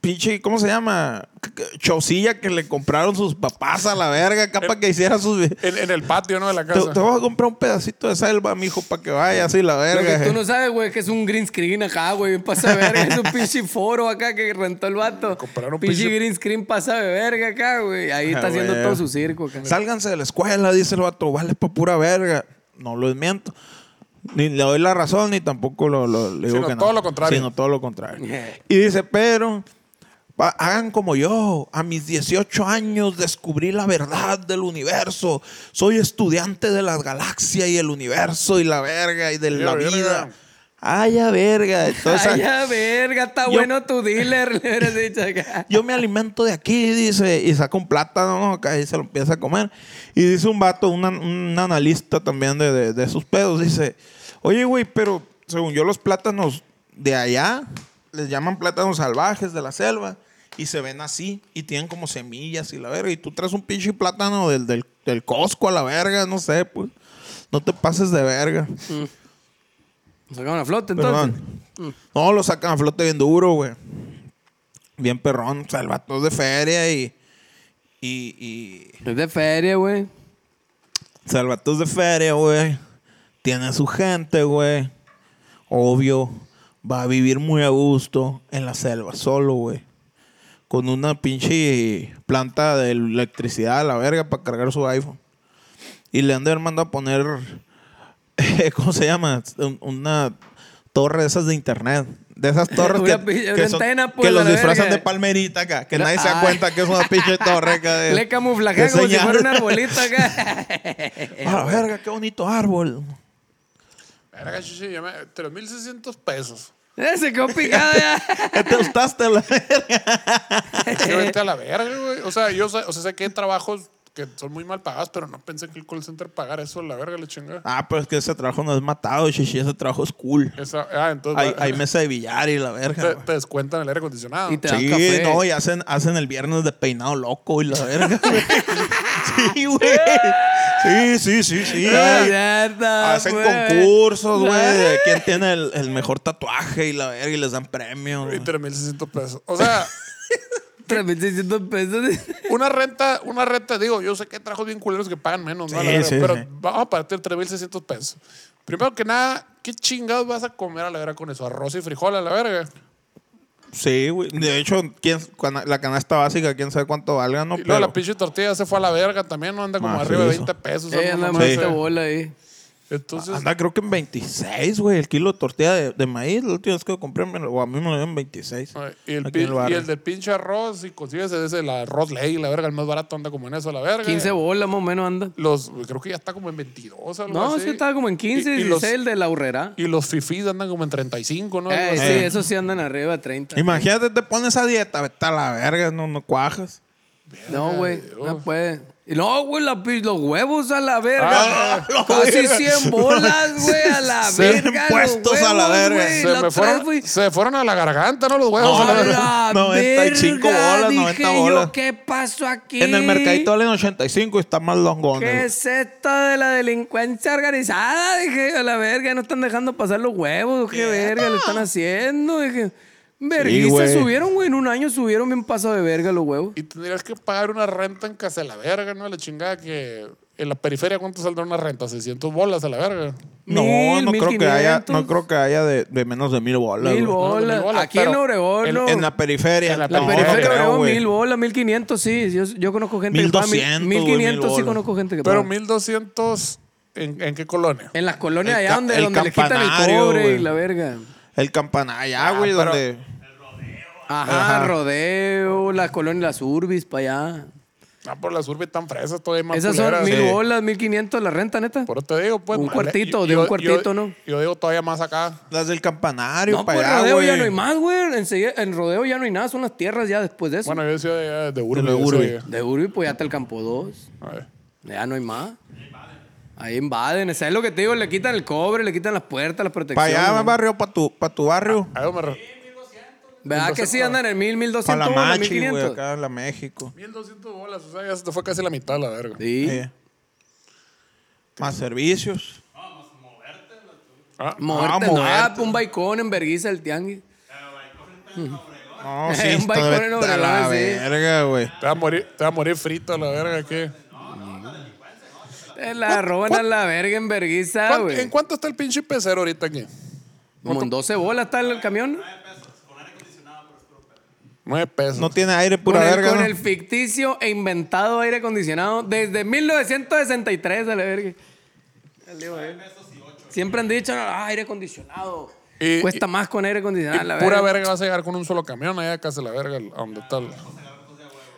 Speaker 2: Pinche, ¿cómo se llama? C- c- Chaucilla que le compraron sus papás a la verga, acá para que hiciera sus. vi- Te,
Speaker 1: En, en el patio, ¿no? De la casa.
Speaker 2: te vas a comprar un pedacito de selva, mijo, para que vaya así la
Speaker 3: Lo que
Speaker 2: verga. eh.
Speaker 3: tú no sabes, güey, que es un green screen acá, güey. bien Pasa de verga.
Speaker 2: *laughs*
Speaker 3: Es un pinche foro acá que rentó el vato.
Speaker 1: Compraron un
Speaker 3: pinche
Speaker 1: pinche-
Speaker 3: green screen pasa de verga acá, güey. Ahí está
Speaker 2: Ah,
Speaker 3: haciendo
Speaker 2: güey.
Speaker 3: todo su circo acá.
Speaker 2: Sálganse de la escuela, dice el vato, vale pa' pura verga. No lo miento. Ni le doy la razón, ni tampoco lo, lo- le digo
Speaker 1: Sino
Speaker 2: que no.
Speaker 1: todo lo contrario.
Speaker 2: Sino todo lo contrario. Y dice, pero pa- hagan como yo. A mis 18 años descubrí la verdad del universo. Soy estudiante de la galaxia y el universo y la verga y de
Speaker 1: Ya,
Speaker 2: la
Speaker 1: verga.
Speaker 2: vida. Ay, a
Speaker 3: *laughs*
Speaker 2: verga. Entonces,
Speaker 3: Ay, a verga, está
Speaker 2: Yo-
Speaker 3: bueno tu dealer, *laughs* le hubieras dicho acá.
Speaker 2: yo me alimento de aquí, dice, y saca un plátano, ¿no? acá y se lo empieza a comer. Y dice un vato, un, an- un analista también de, de, de sus pedos, dice, oye, güey, pero según yo los plátanos de allá, les llaman plátanos salvajes de la selva, y se ven así, y tienen como semillas y la verga, y tú traes un pinche plátano del, del, del Costco a la verga, no sé, pues, no te pases de verga.
Speaker 3: Sacaron a flote entonces.
Speaker 2: Perdón. No, lo sacan a flote bien duro, güey. Bien perrón. O sea, el vato es de feria y. Y. y
Speaker 3: Es de feria, güey.
Speaker 2: o sea, el vato es de feria, güey. Tiene su gente, güey. Obvio. Va a vivir muy a gusto en la selva, solo, güey. Con una pinche planta de electricidad a la verga para cargar su iPhone. Y le han de haber mandado a poner. *laughs* ¿Cómo se llama? Un- Una torre de esas de internet. De
Speaker 3: *laughs*
Speaker 2: esas torres
Speaker 3: Una
Speaker 2: que,
Speaker 3: pinche-
Speaker 2: que
Speaker 3: una
Speaker 2: son-
Speaker 3: antena,
Speaker 2: que
Speaker 3: pues, a
Speaker 2: los
Speaker 3: la
Speaker 2: disfrazan
Speaker 3: verga.
Speaker 2: de palmerita acá. Que nadie se
Speaker 3: Ah.
Speaker 2: da cuenta que es una pinche torre acá. de-
Speaker 3: *laughs* Le camuflajean
Speaker 2: de
Speaker 3: como si fuera un
Speaker 2: señal.
Speaker 3: arbolito acá.
Speaker 2: *laughs* A la verga, qué bonito árbol.
Speaker 1: Verga, chichi, ya me... 3.600 pesos.
Speaker 3: Eh, Se quedó picado
Speaker 2: *laughs*
Speaker 3: ya.
Speaker 2: Ya Te gustaste la verga.
Speaker 1: Sí, vete a la verga, güey. O sea, yo sé, o sea, sé que hay trabajos que son muy mal pagados, pero no pensé que el call center pagara eso a la verga, la chingada.
Speaker 2: *laughs* Ah, pero es que ese trabajo no es matado, chichi. Ese trabajo es cool.
Speaker 1: Esa, ah, entonces
Speaker 2: Hay,
Speaker 1: va- *laughs*
Speaker 2: hay mesa de billar y la verga.
Speaker 1: te,
Speaker 2: güey.
Speaker 1: te descuentan el aire acondicionado.
Speaker 3: Y te dan
Speaker 2: Sí,
Speaker 3: café.
Speaker 2: no, y hacen, hacen el viernes de peinado loco y la verga.
Speaker 3: *laughs*
Speaker 2: güey. sí, güey. Sí, sí, sí, sí.
Speaker 3: Ay, ya está,
Speaker 2: Hacen
Speaker 3: güey.
Speaker 2: concursos, güey, de quién tiene el, el mejor tatuaje y la verga, y les dan premios.
Speaker 1: Y
Speaker 2: güey.
Speaker 1: 3.600 pesos. O sea,
Speaker 3: 3.600 pesos.
Speaker 1: una renta, una renta, digo, yo sé que hay trabajos bien culeros que pagan menos, ¿no? A la
Speaker 2: Sí,
Speaker 1: verga,
Speaker 2: sí,
Speaker 1: pero
Speaker 2: sí.
Speaker 1: vamos a partir 3.600 pesos. Primero que nada, ¿qué chingados vas a comer a la verga con eso? Arroz y frijol a la verga.
Speaker 2: Sí, güey. De hecho, quién- cana- la canasta básica, quién sabe cuánto valga, ¿no?
Speaker 1: Y luego la
Speaker 2: Pero- Ah,
Speaker 1: pinche tortilla se fue a la verga también, ¿no? Anda como
Speaker 2: Macizo.
Speaker 1: arriba de 20 pesos.
Speaker 3: Eh,
Speaker 1: algo
Speaker 3: anda
Speaker 1: mamá
Speaker 3: más
Speaker 2: Sí.
Speaker 1: esa.
Speaker 3: esta bola ahí.
Speaker 1: Entonces,
Speaker 2: Anda, creo que en 26, güey, el kilo de tortilla de, de maíz. La última vez que lo compré, me lo- o a mí me lo dieron 26.
Speaker 1: Ay, eh, Y el,
Speaker 2: aquí en
Speaker 1: pin-
Speaker 2: el
Speaker 1: y
Speaker 2: barrio.
Speaker 1: el del pinche arroz, si consigues ese, el arroz ley, la verga, el más barato anda como en eso, la verga.
Speaker 3: 15 bolas más o menos anda.
Speaker 1: Los, creo que ya está como en 22, algo
Speaker 3: No,
Speaker 1: así.
Speaker 3: sí estaba como en 15,
Speaker 1: Y- y
Speaker 3: 16
Speaker 1: los-
Speaker 3: el de la urrera.
Speaker 1: Y los fifís andan como en 35, ¿no? Algo
Speaker 3: Eh,
Speaker 1: así.
Speaker 3: sí, esos sí andan arriba, 30.
Speaker 2: Imagínate, te pones a dieta, vete a la verga, no, no cuajas.
Speaker 3: No, güey, no
Speaker 1: Dios.
Speaker 3: puede. Y No, güey, la pi- los huevos a la verga.
Speaker 1: Ah,
Speaker 3: Casi
Speaker 2: verga. *laughs*
Speaker 3: 100 bolas, güey, a la
Speaker 2: Se-
Speaker 3: verga. los
Speaker 2: puestos a la
Speaker 3: huevos,
Speaker 2: verga.
Speaker 3: güey,
Speaker 1: se,
Speaker 3: la
Speaker 1: me
Speaker 3: otra vez
Speaker 1: fueron,
Speaker 3: fui-
Speaker 1: se fueron a la garganta, ¿no? Los huevos.
Speaker 3: A
Speaker 1: a la verga.
Speaker 3: la
Speaker 2: 95
Speaker 3: verga,
Speaker 2: bolas, 90
Speaker 3: dije yo,
Speaker 2: bolas.
Speaker 3: ¿qué pasó aquí?
Speaker 2: En el mercadito valen 85 y está más longón.
Speaker 3: ¿Qué es esto de la delincuencia organizada? Dije yo, a la verga, no están dejando pasar los huevos, qué verga, lo están haciendo. Dije, vergüenza,
Speaker 2: güey.
Speaker 3: subieron, güey, en un año subieron bien paso de verga los huevos.
Speaker 1: Y tendrías que pagar una renta en casa de la verga, ¿no? La chingada que... En la periferia, ¿cuánto saldrá una renta? 600 bolas a la verga.
Speaker 2: No,
Speaker 3: Mil,
Speaker 2: no,
Speaker 3: mil
Speaker 2: creo que haya,
Speaker 3: quinientos.
Speaker 2: no creo que haya de, de menos de mil bolas.
Speaker 3: Mil
Speaker 2: güey.
Speaker 3: bolas.
Speaker 1: mil bolas,
Speaker 3: Aquí en
Speaker 1: pero
Speaker 3: Obregón,
Speaker 1: en-
Speaker 3: no.
Speaker 2: En la periferia.
Speaker 1: En la
Speaker 3: La
Speaker 1: No,
Speaker 3: periferia de
Speaker 1: creo,
Speaker 3: Obregón,
Speaker 2: güey.
Speaker 3: mil bolas, mil quinientos, sí. Yo, yo conozco gente que paga
Speaker 2: 1200,
Speaker 3: mil- mil
Speaker 2: güey,
Speaker 3: quinientos,
Speaker 2: mil
Speaker 3: sí
Speaker 2: bolas.
Speaker 3: conozco gente que
Speaker 1: Pero
Speaker 3: paga.
Speaker 1: 1.200... ¿En, en qué colonia?
Speaker 3: En las colonias
Speaker 2: El
Speaker 3: allá
Speaker 2: ca-
Speaker 3: donde,
Speaker 2: el
Speaker 3: donde le quitan el
Speaker 2: campanario,
Speaker 3: cobre y
Speaker 2: güey.
Speaker 3: la verga.
Speaker 2: El campanalla, güey,
Speaker 1: Ah, pero-
Speaker 2: donde.
Speaker 3: Ajá,
Speaker 2: Ajá.
Speaker 3: rodeo, las colonias, las urbis, para allá.
Speaker 1: Ah, por las urbes tan fresas, todavía más
Speaker 3: Esas son
Speaker 1: culeras.
Speaker 3: mil
Speaker 2: Sí.
Speaker 3: bolas, mil quinientos la renta, neta.
Speaker 1: Por eso te digo, pues.
Speaker 3: Un
Speaker 1: male-
Speaker 3: cuartito, de un cuartito, ¿no?
Speaker 1: Yo digo todavía más acá.
Speaker 2: Las del campanario,
Speaker 3: No,
Speaker 2: para
Speaker 3: pues
Speaker 2: allá,
Speaker 3: rodeo
Speaker 2: güey.
Speaker 3: ya no hay más, güey. Enseguida- En rodeo ya no hay nada, son las tierras ya después de eso.
Speaker 1: Bueno, yo decía de, de urbe.
Speaker 2: De lo
Speaker 1: yo
Speaker 2: urbe.
Speaker 1: decía.
Speaker 3: de urbi, pues ya está el campo 2.
Speaker 1: A ver.
Speaker 3: Ya no hay más. Ahí invaden, ¿sabes lo que te digo? Le quitan el cobre, le quitan las puertas, las
Speaker 2: Para
Speaker 3: protecciones.
Speaker 2: allá, barrio, para tu, pa' tu barrio.
Speaker 3: Ah,
Speaker 1: A eso me re-
Speaker 3: ¿Verdad que sí andan en 1000,
Speaker 2: Para
Speaker 3: 1200,
Speaker 2: la Machi, güey,
Speaker 3: 1500?
Speaker 2: acá en la México.
Speaker 1: 1200 bolas, o sea, ya se te fue casi la mitad, la verga.
Speaker 3: Sí.
Speaker 2: Sí. Más servicios.
Speaker 1: Ah,
Speaker 3: Moverte,
Speaker 2: Ah,
Speaker 3: no,
Speaker 2: moverte.
Speaker 3: un balcón en vergüenza el tianguis.
Speaker 2: No, *laughs*
Speaker 3: Un
Speaker 2: sí, está
Speaker 3: balcón en
Speaker 2: vete a
Speaker 3: Obregón,
Speaker 2: la
Speaker 3: sí.
Speaker 2: verga, güey.
Speaker 1: te, vas a morir, te vas a morir frito, la verga, ¿qué?
Speaker 3: Te Eh, la roban a la verga en vergüenza,
Speaker 1: ¿Cuán-
Speaker 3: Ah, güey.
Speaker 1: ¿En cuánto está el pinche pecero ahorita aquí?
Speaker 3: Como en 12 bolas está el camión.
Speaker 1: Nueve pesos.
Speaker 2: No tiene aire
Speaker 3: Con
Speaker 2: pura
Speaker 3: el,
Speaker 2: verga.
Speaker 3: con
Speaker 2: ¿no?
Speaker 3: el ficticio e inventado aire acondicionado desde 1963, a la verga. Siempre han dicho, "Ah, aire acondicionado.
Speaker 1: Y-
Speaker 3: Cuesta más con aire acondicionado,
Speaker 1: Y
Speaker 3: la
Speaker 1: pura
Speaker 3: verga.
Speaker 1: verga vas a llegar con un solo camión allá casi la verga el- a donde está el-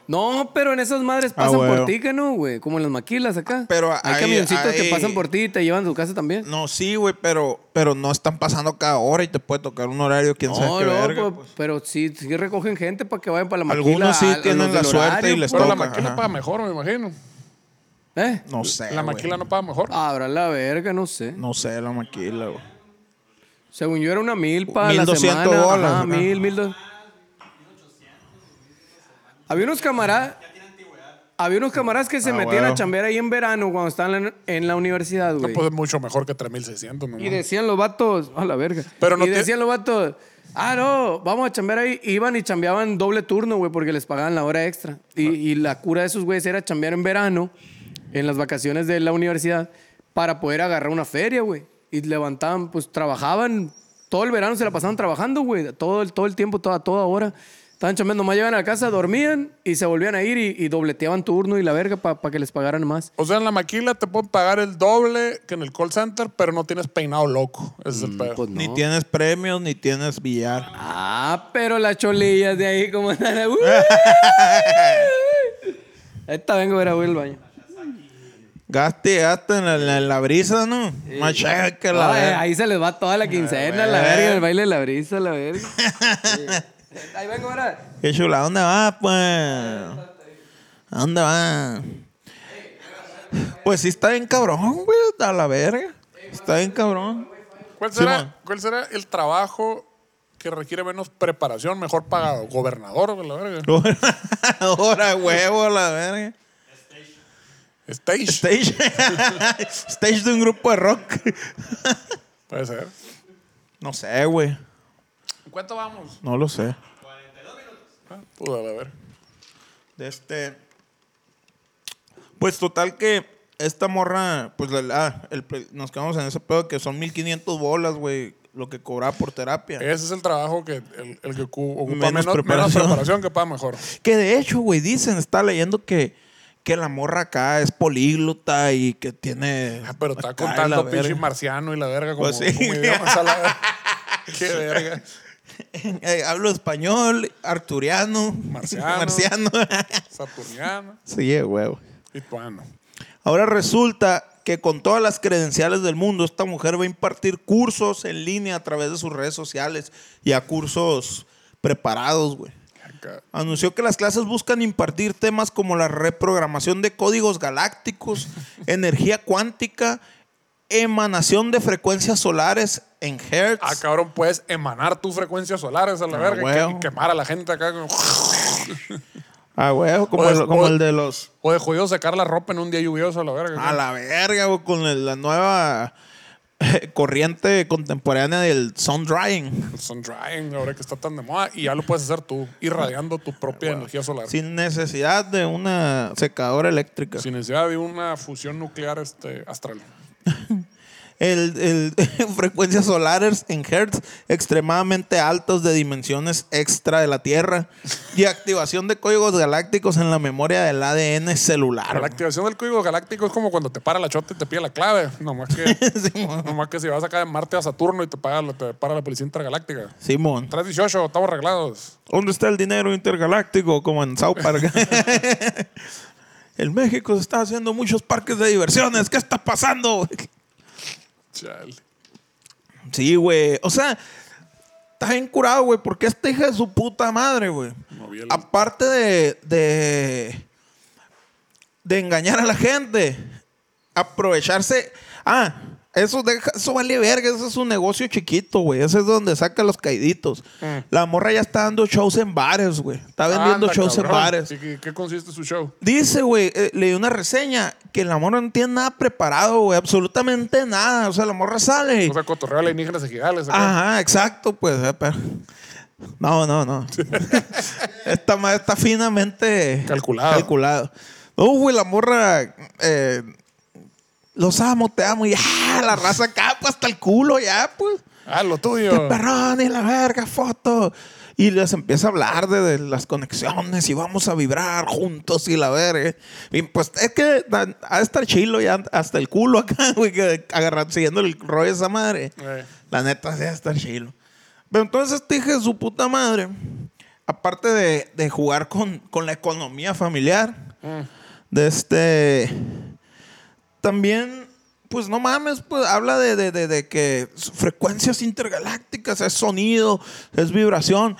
Speaker 3: No, pero en esas madres pasan por
Speaker 2: Ah, huevo.
Speaker 3: ti, que no, güey. Como en las maquilas acá.
Speaker 2: Pero
Speaker 3: Hay
Speaker 2: ahí-
Speaker 3: camioncitos que
Speaker 2: ahí-
Speaker 3: pasan por ti y te llevan a tu casa también.
Speaker 2: No, sí, güey, pero, pero no están pasando cada hora y te puede tocar un horario, quién sabe
Speaker 3: No,
Speaker 2: qué
Speaker 3: no,
Speaker 2: verga.
Speaker 3: pues, pero sí, sí recogen gente para que vayan para la maquila.
Speaker 2: Algunos sí
Speaker 3: a- a los
Speaker 2: tienen
Speaker 3: del
Speaker 2: la suerte
Speaker 3: horario,
Speaker 2: y les
Speaker 3: pues.
Speaker 1: Pero la
Speaker 2: toca,
Speaker 1: maquila
Speaker 2: ajá.
Speaker 1: paga mejor, me imagino.
Speaker 3: ¿Eh?
Speaker 2: No sé,
Speaker 1: la
Speaker 2: güey.
Speaker 1: maquila no paga mejor.
Speaker 3: Abra la verga, no sé.
Speaker 2: No sé, la maquila, güey.
Speaker 3: Según yo era una mil para la
Speaker 2: 1200
Speaker 3: semana.
Speaker 2: bolas,
Speaker 3: Ajá,
Speaker 2: acá.
Speaker 3: mil, mil dos. Había unos camaradas... Había unos camaradas que se
Speaker 2: Ah,
Speaker 3: metían a
Speaker 2: huevo.
Speaker 3: chambear ahí en verano cuando estaban en, en la universidad,
Speaker 1: No
Speaker 3: güey.
Speaker 1: puede ser mucho mejor que 3600, mi
Speaker 3: Y
Speaker 1: mamá.
Speaker 3: decían los vatos, a la verga.
Speaker 1: Pero no
Speaker 3: y
Speaker 1: te-
Speaker 3: decían los vatos, ah, no, vamos a chambear ahí. Iban y chambeaban doble turno, güey, porque les pagaban la hora extra. Y,
Speaker 1: Ah.
Speaker 3: y la cura de esos güeyes era chambear en verano, en las vacaciones de la universidad, para poder agarrar una feria, güey. Y levantaban, pues trabajaban, todo el verano se la pasaban trabajando, güey, todo el, todo el tiempo, toda, toda hora. Estaban chambeando, nomás llegaban a la casa, dormían y se volvían a ir y, y dobleteaban turno y la verga para que les pagaran más.
Speaker 1: O sea, en la maquila te pueden pagar el doble que en el call center, pero no tienes peinado loco. Ese es el pedo.
Speaker 3: Pues no.
Speaker 2: Ni tienes premios, ni tienes
Speaker 3: *laughs*
Speaker 2: billar.
Speaker 3: Ah, pero las cholillas de ahí como están. *laughs* Uh, Esta vengo a ver a Will al baño.
Speaker 2: Gaste, gaste en la, en la brisa, ¿no? Más chévere que la
Speaker 3: Ay,
Speaker 2: verga.
Speaker 3: ahí se les va toda la quincena, la
Speaker 2: verga.
Speaker 3: verga, el baile de la brisa,
Speaker 2: *laughs*
Speaker 3: la verga. Sí. Ahí vengo ahora.
Speaker 2: Qué chula, ¿dónde va, pues? ¿A dónde va? Pues sí está bien cabrón, güey, a la verga. Está bien cabrón. *laughs*
Speaker 1: ¿Cuál
Speaker 2: Sí, man.
Speaker 1: será, ¿Cuál será el trabajo que requiere menos preparación, mejor pagado? Gobernador, güey, la verga.
Speaker 2: Ahora, huevo, a la verga.
Speaker 1: Stage.
Speaker 2: Stage. *laughs* Stage de un grupo de rock.
Speaker 1: Puede ser.
Speaker 2: No sé, güey.
Speaker 1: ¿Cuánto vamos?
Speaker 2: No lo sé.
Speaker 1: Puta, la verga.
Speaker 2: De este. Pues total que esta morra, pues la- ah, el pe- nos quedamos en ese pedo que son 1500 bolas, güey, lo que cobraba por terapia.
Speaker 1: Ese es el trabajo que el, el que ocu- ocupa menos,
Speaker 2: Menos
Speaker 1: menos preparación.
Speaker 2: preparación.
Speaker 1: que paga mejor.
Speaker 2: Que de hecho, güey, dicen, está leyendo que, que la morra acá es políglota y que tiene.
Speaker 1: Ah, pero está
Speaker 2: acá
Speaker 1: contando
Speaker 2: la
Speaker 1: pinche
Speaker 2: verga.
Speaker 1: marciano y la verga como,
Speaker 2: Pues sí.
Speaker 1: como idiomas a la verga. Qué verga.
Speaker 2: *laughs* Eh, hablo español, arturiano,
Speaker 1: Marciano.
Speaker 2: *laughs* marciano.
Speaker 1: Saturniano,
Speaker 2: sí, eh, güey.
Speaker 1: lituano.
Speaker 2: Ahora resulta que con todas las credenciales del mundo, esta mujer va a impartir cursos en línea a través de sus redes sociales y a cursos preparados, güey.
Speaker 1: Acá.
Speaker 2: Anunció que las clases buscan impartir temas como la reprogramación de códigos
Speaker 1: *laughs*
Speaker 2: galácticos, energía cuántica, emanación de frecuencias solares en hertz.
Speaker 1: Ah, cabrón, puedes emanar tus frecuencias solares a la
Speaker 2: Ah,
Speaker 1: verga y que-
Speaker 2: huevo.
Speaker 1: y quemar a la gente acá. como-
Speaker 2: Ah, güey, como,
Speaker 1: Pues,
Speaker 2: el, como
Speaker 1: pues-
Speaker 2: el de los...
Speaker 1: O de jodido sacar la ropa en un día lluvioso a la verga.
Speaker 2: A la verga, güey, con el- la nueva eh, corriente contemporánea del sun drying.
Speaker 1: Son drying, ahora que está tan de moda. Y ya lo puedes hacer tú, irradiando tu propia energía solar.
Speaker 2: Sin necesidad de una secadora eléctrica.
Speaker 1: Sin necesidad de una fusión nuclear este, astral.
Speaker 2: El, el- *laughs* frecuencias solares en hertz extremadamente altos de dimensiones extra de la Tierra y activación de códigos galácticos en la memoria del
Speaker 1: Pero
Speaker 2: ADN
Speaker 1: la
Speaker 2: celular.
Speaker 1: activación del código galáctico es como cuando te para la chota y te pide la clave. Nomás
Speaker 2: *laughs*
Speaker 1: que,
Speaker 2: Simón.
Speaker 1: nomás que si vas acá de Marte a Saturno y te, paga, la- te para la policía intergaláctica.
Speaker 2: Simón,
Speaker 1: 318, estamos arreglados.
Speaker 2: ¿dónde está el dinero intergaláctico como en South *laughs* Park? el México se está haciendo muchos parques de diversiones. ¿Qué está pasando?
Speaker 1: Chale.
Speaker 2: Sí, güey. O sea, está bien curado, güey, porque esta hija de su puta madre, güey.
Speaker 1: No vi el-
Speaker 2: Aparte de, de. de engañar a la gente, aprovecharse. Ah, eso, deja- eso vale verga, eso es un negocio chiquito, güey. Ese es donde saca los caiditos. La morra ya está dando shows en bares, güey. Está vendiendo
Speaker 1: Mm. Anda,
Speaker 2: shows
Speaker 1: cabrón.
Speaker 2: en bares.
Speaker 1: ¿Y qué, qué consiste su show?
Speaker 2: Dice, güey, eh, leí una reseña que la morra no tiene nada preparado, güey, absolutamente nada. O sea, la morra sale. y-
Speaker 1: O sea, cotorreo alienígenas ejidales. acá.
Speaker 2: Ajá, exacto, pues. eh, pero- No, no, no. Esta madre está finamente
Speaker 1: Calculado.
Speaker 2: calculado. No, güey, la morra. eh, los amo, te amo. Y ya, la raza acá, pues hasta el culo, ya, pues.
Speaker 1: Ah, lo tuyo.
Speaker 2: Qué Este perrón, y la verga, foto. Y les empieza a hablar de, de las conexiones y vamos a vibrar juntos y la verga. Y pues es que da- ha de estar chilo ya hasta el culo acá, *laughs* güey, que agarrando, siguiendo el rollo de esa madre.
Speaker 1: Eh.
Speaker 2: La neta, sí, está chilo. Pero entonces te dije, su puta madre, aparte de, de jugar con, con la economía familiar, de este. También, pues no mames, pues habla de, de- de- de que s- frecuencias intergalácticas, es sonido, es vibración.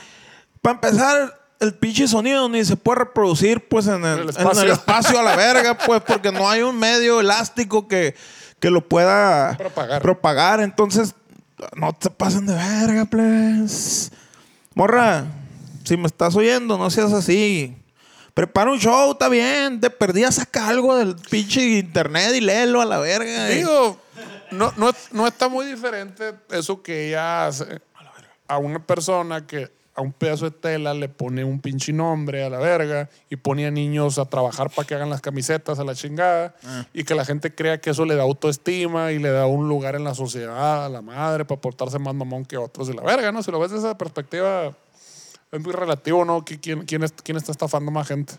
Speaker 2: Para empezar, el pinche sonido ni se puede reproducir pues en
Speaker 1: En el
Speaker 2: el, en el espacio.
Speaker 1: espacio.
Speaker 2: a la verga, pues, porque no hay un medio elástico que, que lo pueda
Speaker 1: Propagar.
Speaker 2: propagar. Entonces, no te pasen de verga, pues. please. Morra, si me estás oyendo, no seas así. Prepara un show, está bien. Te perdías, saca algo del pinche internet y léelo a la verga.
Speaker 1: Digo, no, no, no está muy diferente eso que ella hace a una persona que a un pedazo de tela le pone un pinche nombre a la verga y pone a niños a trabajar para que hagan las camisetas a la chingada
Speaker 2: Ah.
Speaker 1: y que la gente crea que eso le da autoestima y le da un lugar en la sociedad a la madre para portarse más mamón que otros de la verga, ¿no? Si lo ves desde esa perspectiva, es muy relativo, ¿no? ¿Qui- ¿Quién, quién, es- quién está estafando más gente?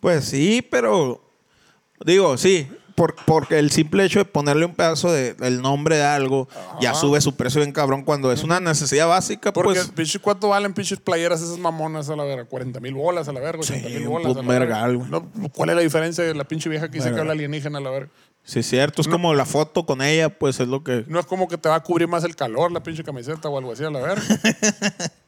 Speaker 2: Pues sí, pero. Digo, sí. por- porque el simple hecho de ponerle un pedazo de- del nombre de algo ya sube su precio bien cabrón cuando es una necesidad básica.
Speaker 1: Porque,
Speaker 2: pues,
Speaker 1: pinche, ¿cuánto valen pinches playeras esas mamonas a la verga? 40 mil bolas a la verga, 80 mil
Speaker 2: un
Speaker 1: bolas. a la
Speaker 2: puto vergal, güey.
Speaker 1: No, ¿Cuál es la diferencia de la pinche vieja que dice que habla alienígena a la verga?
Speaker 2: sí, es cierto. Es como la foto con ella, pues es lo que.
Speaker 1: No es como que te va a cubrir más el calor la pinche camiseta o algo así a la
Speaker 2: *laughs*
Speaker 1: verga.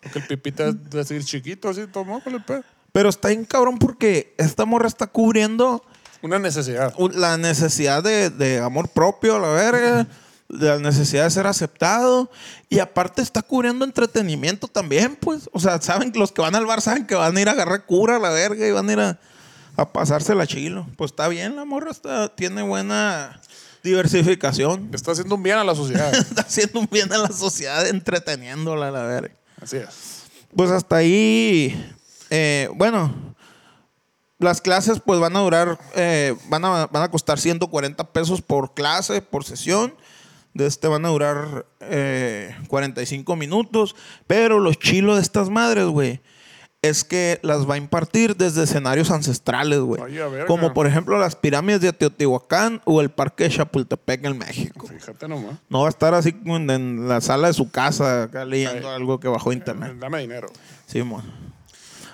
Speaker 1: Porque el pipita es de seguir chiquito, así, tomó con el pe.
Speaker 2: Pero está bien cabrón porque esta morra está cubriendo
Speaker 1: Una necesidad.
Speaker 2: un- la necesidad de, de amor propio, a la verga, la necesidad de ser aceptado. Y aparte está cubriendo entretenimiento también, pues. O sea, saben que los que van al bar saben que van a ir a agarrar cura a la verga y van a ir a, a pasársela chilo. Pues está bien, la morra está, tiene buena diversificación. *laughs*
Speaker 1: Está haciendo un bien a la sociedad.
Speaker 2: Está haciendo un bien a la sociedad entreteniéndola, a la verga.
Speaker 1: Así es.
Speaker 2: Pues hasta ahí. eh, bueno, las clases pues van a durar, eh, van, a, van a costar 140 pesos por clase, por sesión. De este van a durar eh, 45 minutos. Pero los chilos de estas madres, güey, es que las va a impartir desde escenarios ancestrales, güey.
Speaker 1: Ay, a verga.
Speaker 2: Como por ejemplo las pirámides de Teotihuacán o el parque de Chapultepec en México.
Speaker 1: Fíjate nomás.
Speaker 2: No va a estar así en, en la sala de su casa acá leyendo
Speaker 1: Ay.
Speaker 2: algo que bajó internet.
Speaker 1: Dame dinero.
Speaker 2: Sí, mon.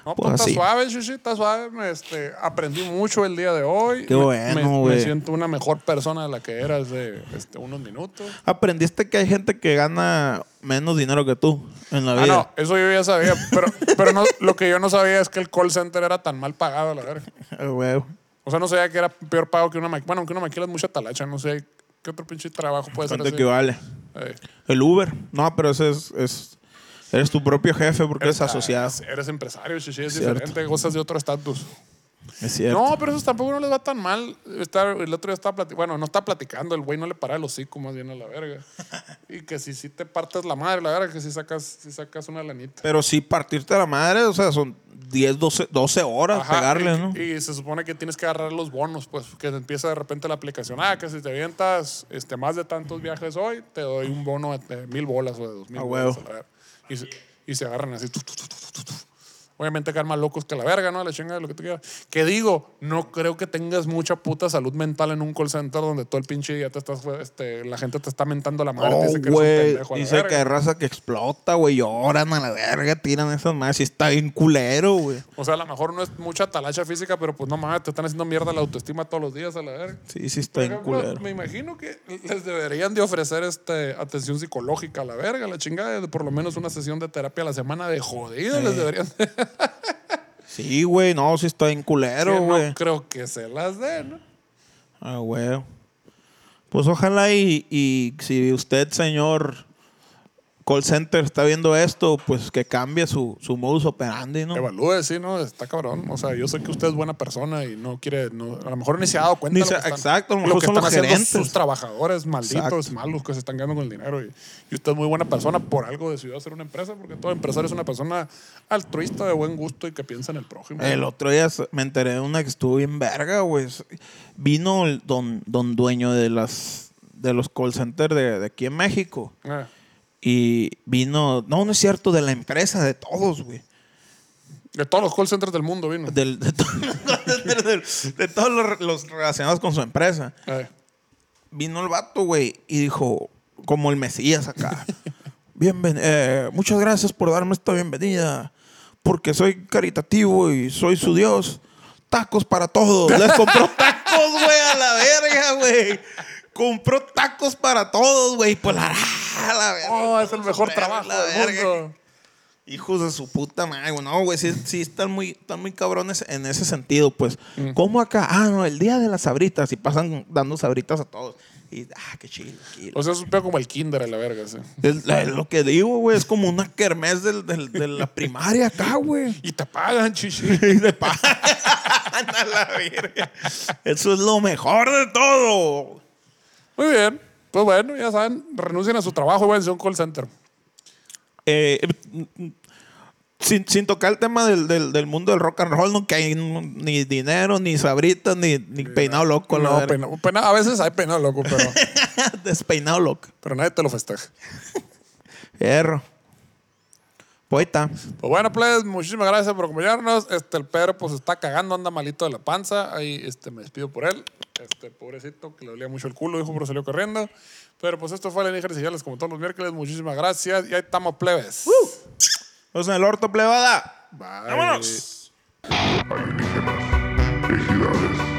Speaker 1: No,
Speaker 2: Pues
Speaker 1: pues está
Speaker 2: así.
Speaker 1: suave, Shishi, está suave. Me, Este, aprendí mucho el día de hoy.
Speaker 2: Qué
Speaker 1: Me-
Speaker 2: bueno,
Speaker 1: me- Me,
Speaker 2: güey.
Speaker 1: siento una mejor persona de la que era hace este, unos minutos.
Speaker 2: Aprendiste que hay gente que gana menos dinero que tú en
Speaker 1: Ah,
Speaker 2: la
Speaker 1: no,
Speaker 2: vida.
Speaker 1: eso yo ya sabía. Pero, pero no, lo que yo no sabía es que el call center era tan mal pagado, la verga.
Speaker 2: *laughs* Ah, huevo.
Speaker 1: O sea, no sabía que era peor pago que una maquila. Bueno, que una maquila es mucha talacha, no sé qué otro pinche trabajo puede ser.
Speaker 2: ¿Cuánto
Speaker 1: Así?
Speaker 2: equivale?
Speaker 1: Eh,
Speaker 2: El Uber. No, pero ese es, es- Eres tu propio jefe porque eres
Speaker 1: ah,
Speaker 2: asociado.
Speaker 1: Eres empresario, chichi, es
Speaker 2: Cierto.
Speaker 1: diferente, cosas de otro estatus.
Speaker 2: Es cierto.
Speaker 1: No, pero eso tampoco no les va tan mal. Está- el otro día estaba platicando, bueno, no estaba platicando, el güey no le paraba el hocico más bien a la verga. Y que si, si te partes la madre, la verga, que si sacas, si sacas una lanita.
Speaker 2: Pero sí, partirte la madre, o sea, son 10, 12, 12 horas
Speaker 1: Ajá,
Speaker 2: pegarle,
Speaker 1: y,
Speaker 2: ¿no?
Speaker 1: y se supone que tienes que agarrar los bonos, pues, que empieza de repente la aplicación. Ah, que si te avientas este, más de tantos viajes hoy, te doy un bono de, de mil bolas o de dos mil
Speaker 2: A
Speaker 1: bolas,
Speaker 2: huevo.
Speaker 1: a la verga. Y, se, y se agarran así. tu, tu, tu, tu, tu, tu, tu. Obviamente quedan más locos que la verga, ¿no? La chinga de lo que tú quieras. Que digo, no creo que tengas mucha puta salud mental en un call center donde todo el pinche día te estás, este, la gente te está mentando la madre. te
Speaker 2: Oh,
Speaker 1: dice que eres un
Speaker 2: güey.
Speaker 1: pendejo a la
Speaker 2: Dice que
Speaker 1: verga.
Speaker 2: hay raza que explota, güey. Lloran a la verga, tiran esas madres. Sí, está bien culero, güey.
Speaker 1: O sea, a lo mejor no es mucha talacha física, pero pues no mames, te están haciendo mierda la autoestima todos los días a la verga.
Speaker 2: Sí, sí, está
Speaker 1: Por
Speaker 2: bien
Speaker 1: ejemplo,
Speaker 2: culero.
Speaker 1: me imagino que les deberían de ofrecer este, atención psicológica a la verga, a la chingada, de por lo menos una sesión de terapia a la semana de jodida. Les deberían de-
Speaker 2: Sí, güey, no, sí está bien
Speaker 1: que
Speaker 2: culero, güey.
Speaker 1: no creo que se las den. ¿no?
Speaker 2: Ah, güey. Pues ojalá y, y si usted, señor call center, está viendo esto, pues que cambie su, su modus operandi, ¿no?
Speaker 1: Evalúe, sí, ¿no? Está cabrón. O sea, yo sé que usted es buena persona y no quiere. No, a lo mejor ni se ha dado cuenta.
Speaker 2: Ni
Speaker 1: de
Speaker 2: se-
Speaker 1: lo que están-
Speaker 2: exacto, a lo
Speaker 1: lo
Speaker 2: mejor
Speaker 1: que
Speaker 2: son
Speaker 1: están
Speaker 2: los
Speaker 1: haciendo
Speaker 2: gerentes.
Speaker 1: sus trabajadores malditos,
Speaker 2: Exacto.
Speaker 1: malos, que se están ganando con el dinero. Y, y usted es muy buena persona. Por algo decidió hacer una empresa, porque todo empresario es una persona altruista, de buen gusto y que piensa en el prójimo.
Speaker 2: El otro día se- me enteré de una que estuvo bien verga, güey. S- Vino el don, don dueño de las de los call centers de, de aquí en México.
Speaker 1: Ah,
Speaker 2: Y vino, no, no es cierto, de la empresa, de todos, güey.
Speaker 1: de todos los call centers del mundo vino.
Speaker 2: Del- De, to- *laughs* del- de todos los, los relacionados con su empresa.
Speaker 1: Eh,
Speaker 2: Vino el vato, güey, y dijo, como el Mesías acá. *laughs* Bienven eh, muchas gracias por darme esta bienvenida. Porque soy caritativo y soy su Dios. Tacos para todos. Les
Speaker 1: *laughs*
Speaker 2: compró tacos, güey, a la verga, güey. Compró tacos para todos, güey. Pues la, *laughs* a la verga.
Speaker 1: Oh, es el mejor
Speaker 2: La
Speaker 1: trabajo del
Speaker 2: verga.
Speaker 1: mundo.
Speaker 2: Hijos de su puta madre, güey. No, güey, sí, sí están, muy, están muy cabrones en ese sentido, pues. ¿Cómo acá? Ah, no, el día de las sabritas y pasan dando sabritas a todos. Y, ah, qué chido. qué-
Speaker 1: O sea, es un pedo como el kinder a la verga, sí.
Speaker 2: Es- es lo que digo, güey, es como una kermés del- del- de la primaria acá, güey.
Speaker 1: Y te pagan, chichi.
Speaker 2: *laughs* Y de *laughs* pa- A la verga. Eso es lo mejor de todo.
Speaker 1: Muy bien. Pues bueno, ya saben, renuncien a su trabajo y váyanse a un call center.
Speaker 2: Eh, sin, sin tocar el tema del, del, del mundo del rock and roll, no que hay ni dinero, ni sabritas, ni, ni peinado loco. la
Speaker 1: No,
Speaker 2: verga.
Speaker 1: pena, pena- a veces hay pena, loco,
Speaker 2: *laughs*
Speaker 1: pero,
Speaker 2: Despeinado loco.
Speaker 1: pero nadie te lo festeja.
Speaker 2: Perro. Poeta.
Speaker 1: Pues bueno, pues, muchísimas gracias por acompañarnos. Este, el Pedro pues está cagando, anda malito de la panza. Ahí este, me despido por él. Este, pobrecito, que le dolía mucho el culo, dijo, pero salió corriendo. Pero pues esto fue Alienígenas Señales como todos los miércoles. Muchísimas gracias. Y ahí estamos, plebes.
Speaker 2: Los en el orto plebada.
Speaker 1: Bye.
Speaker 2: ¡Uh! ¡Vámonos!
Speaker 4: alienígenas, ejidales.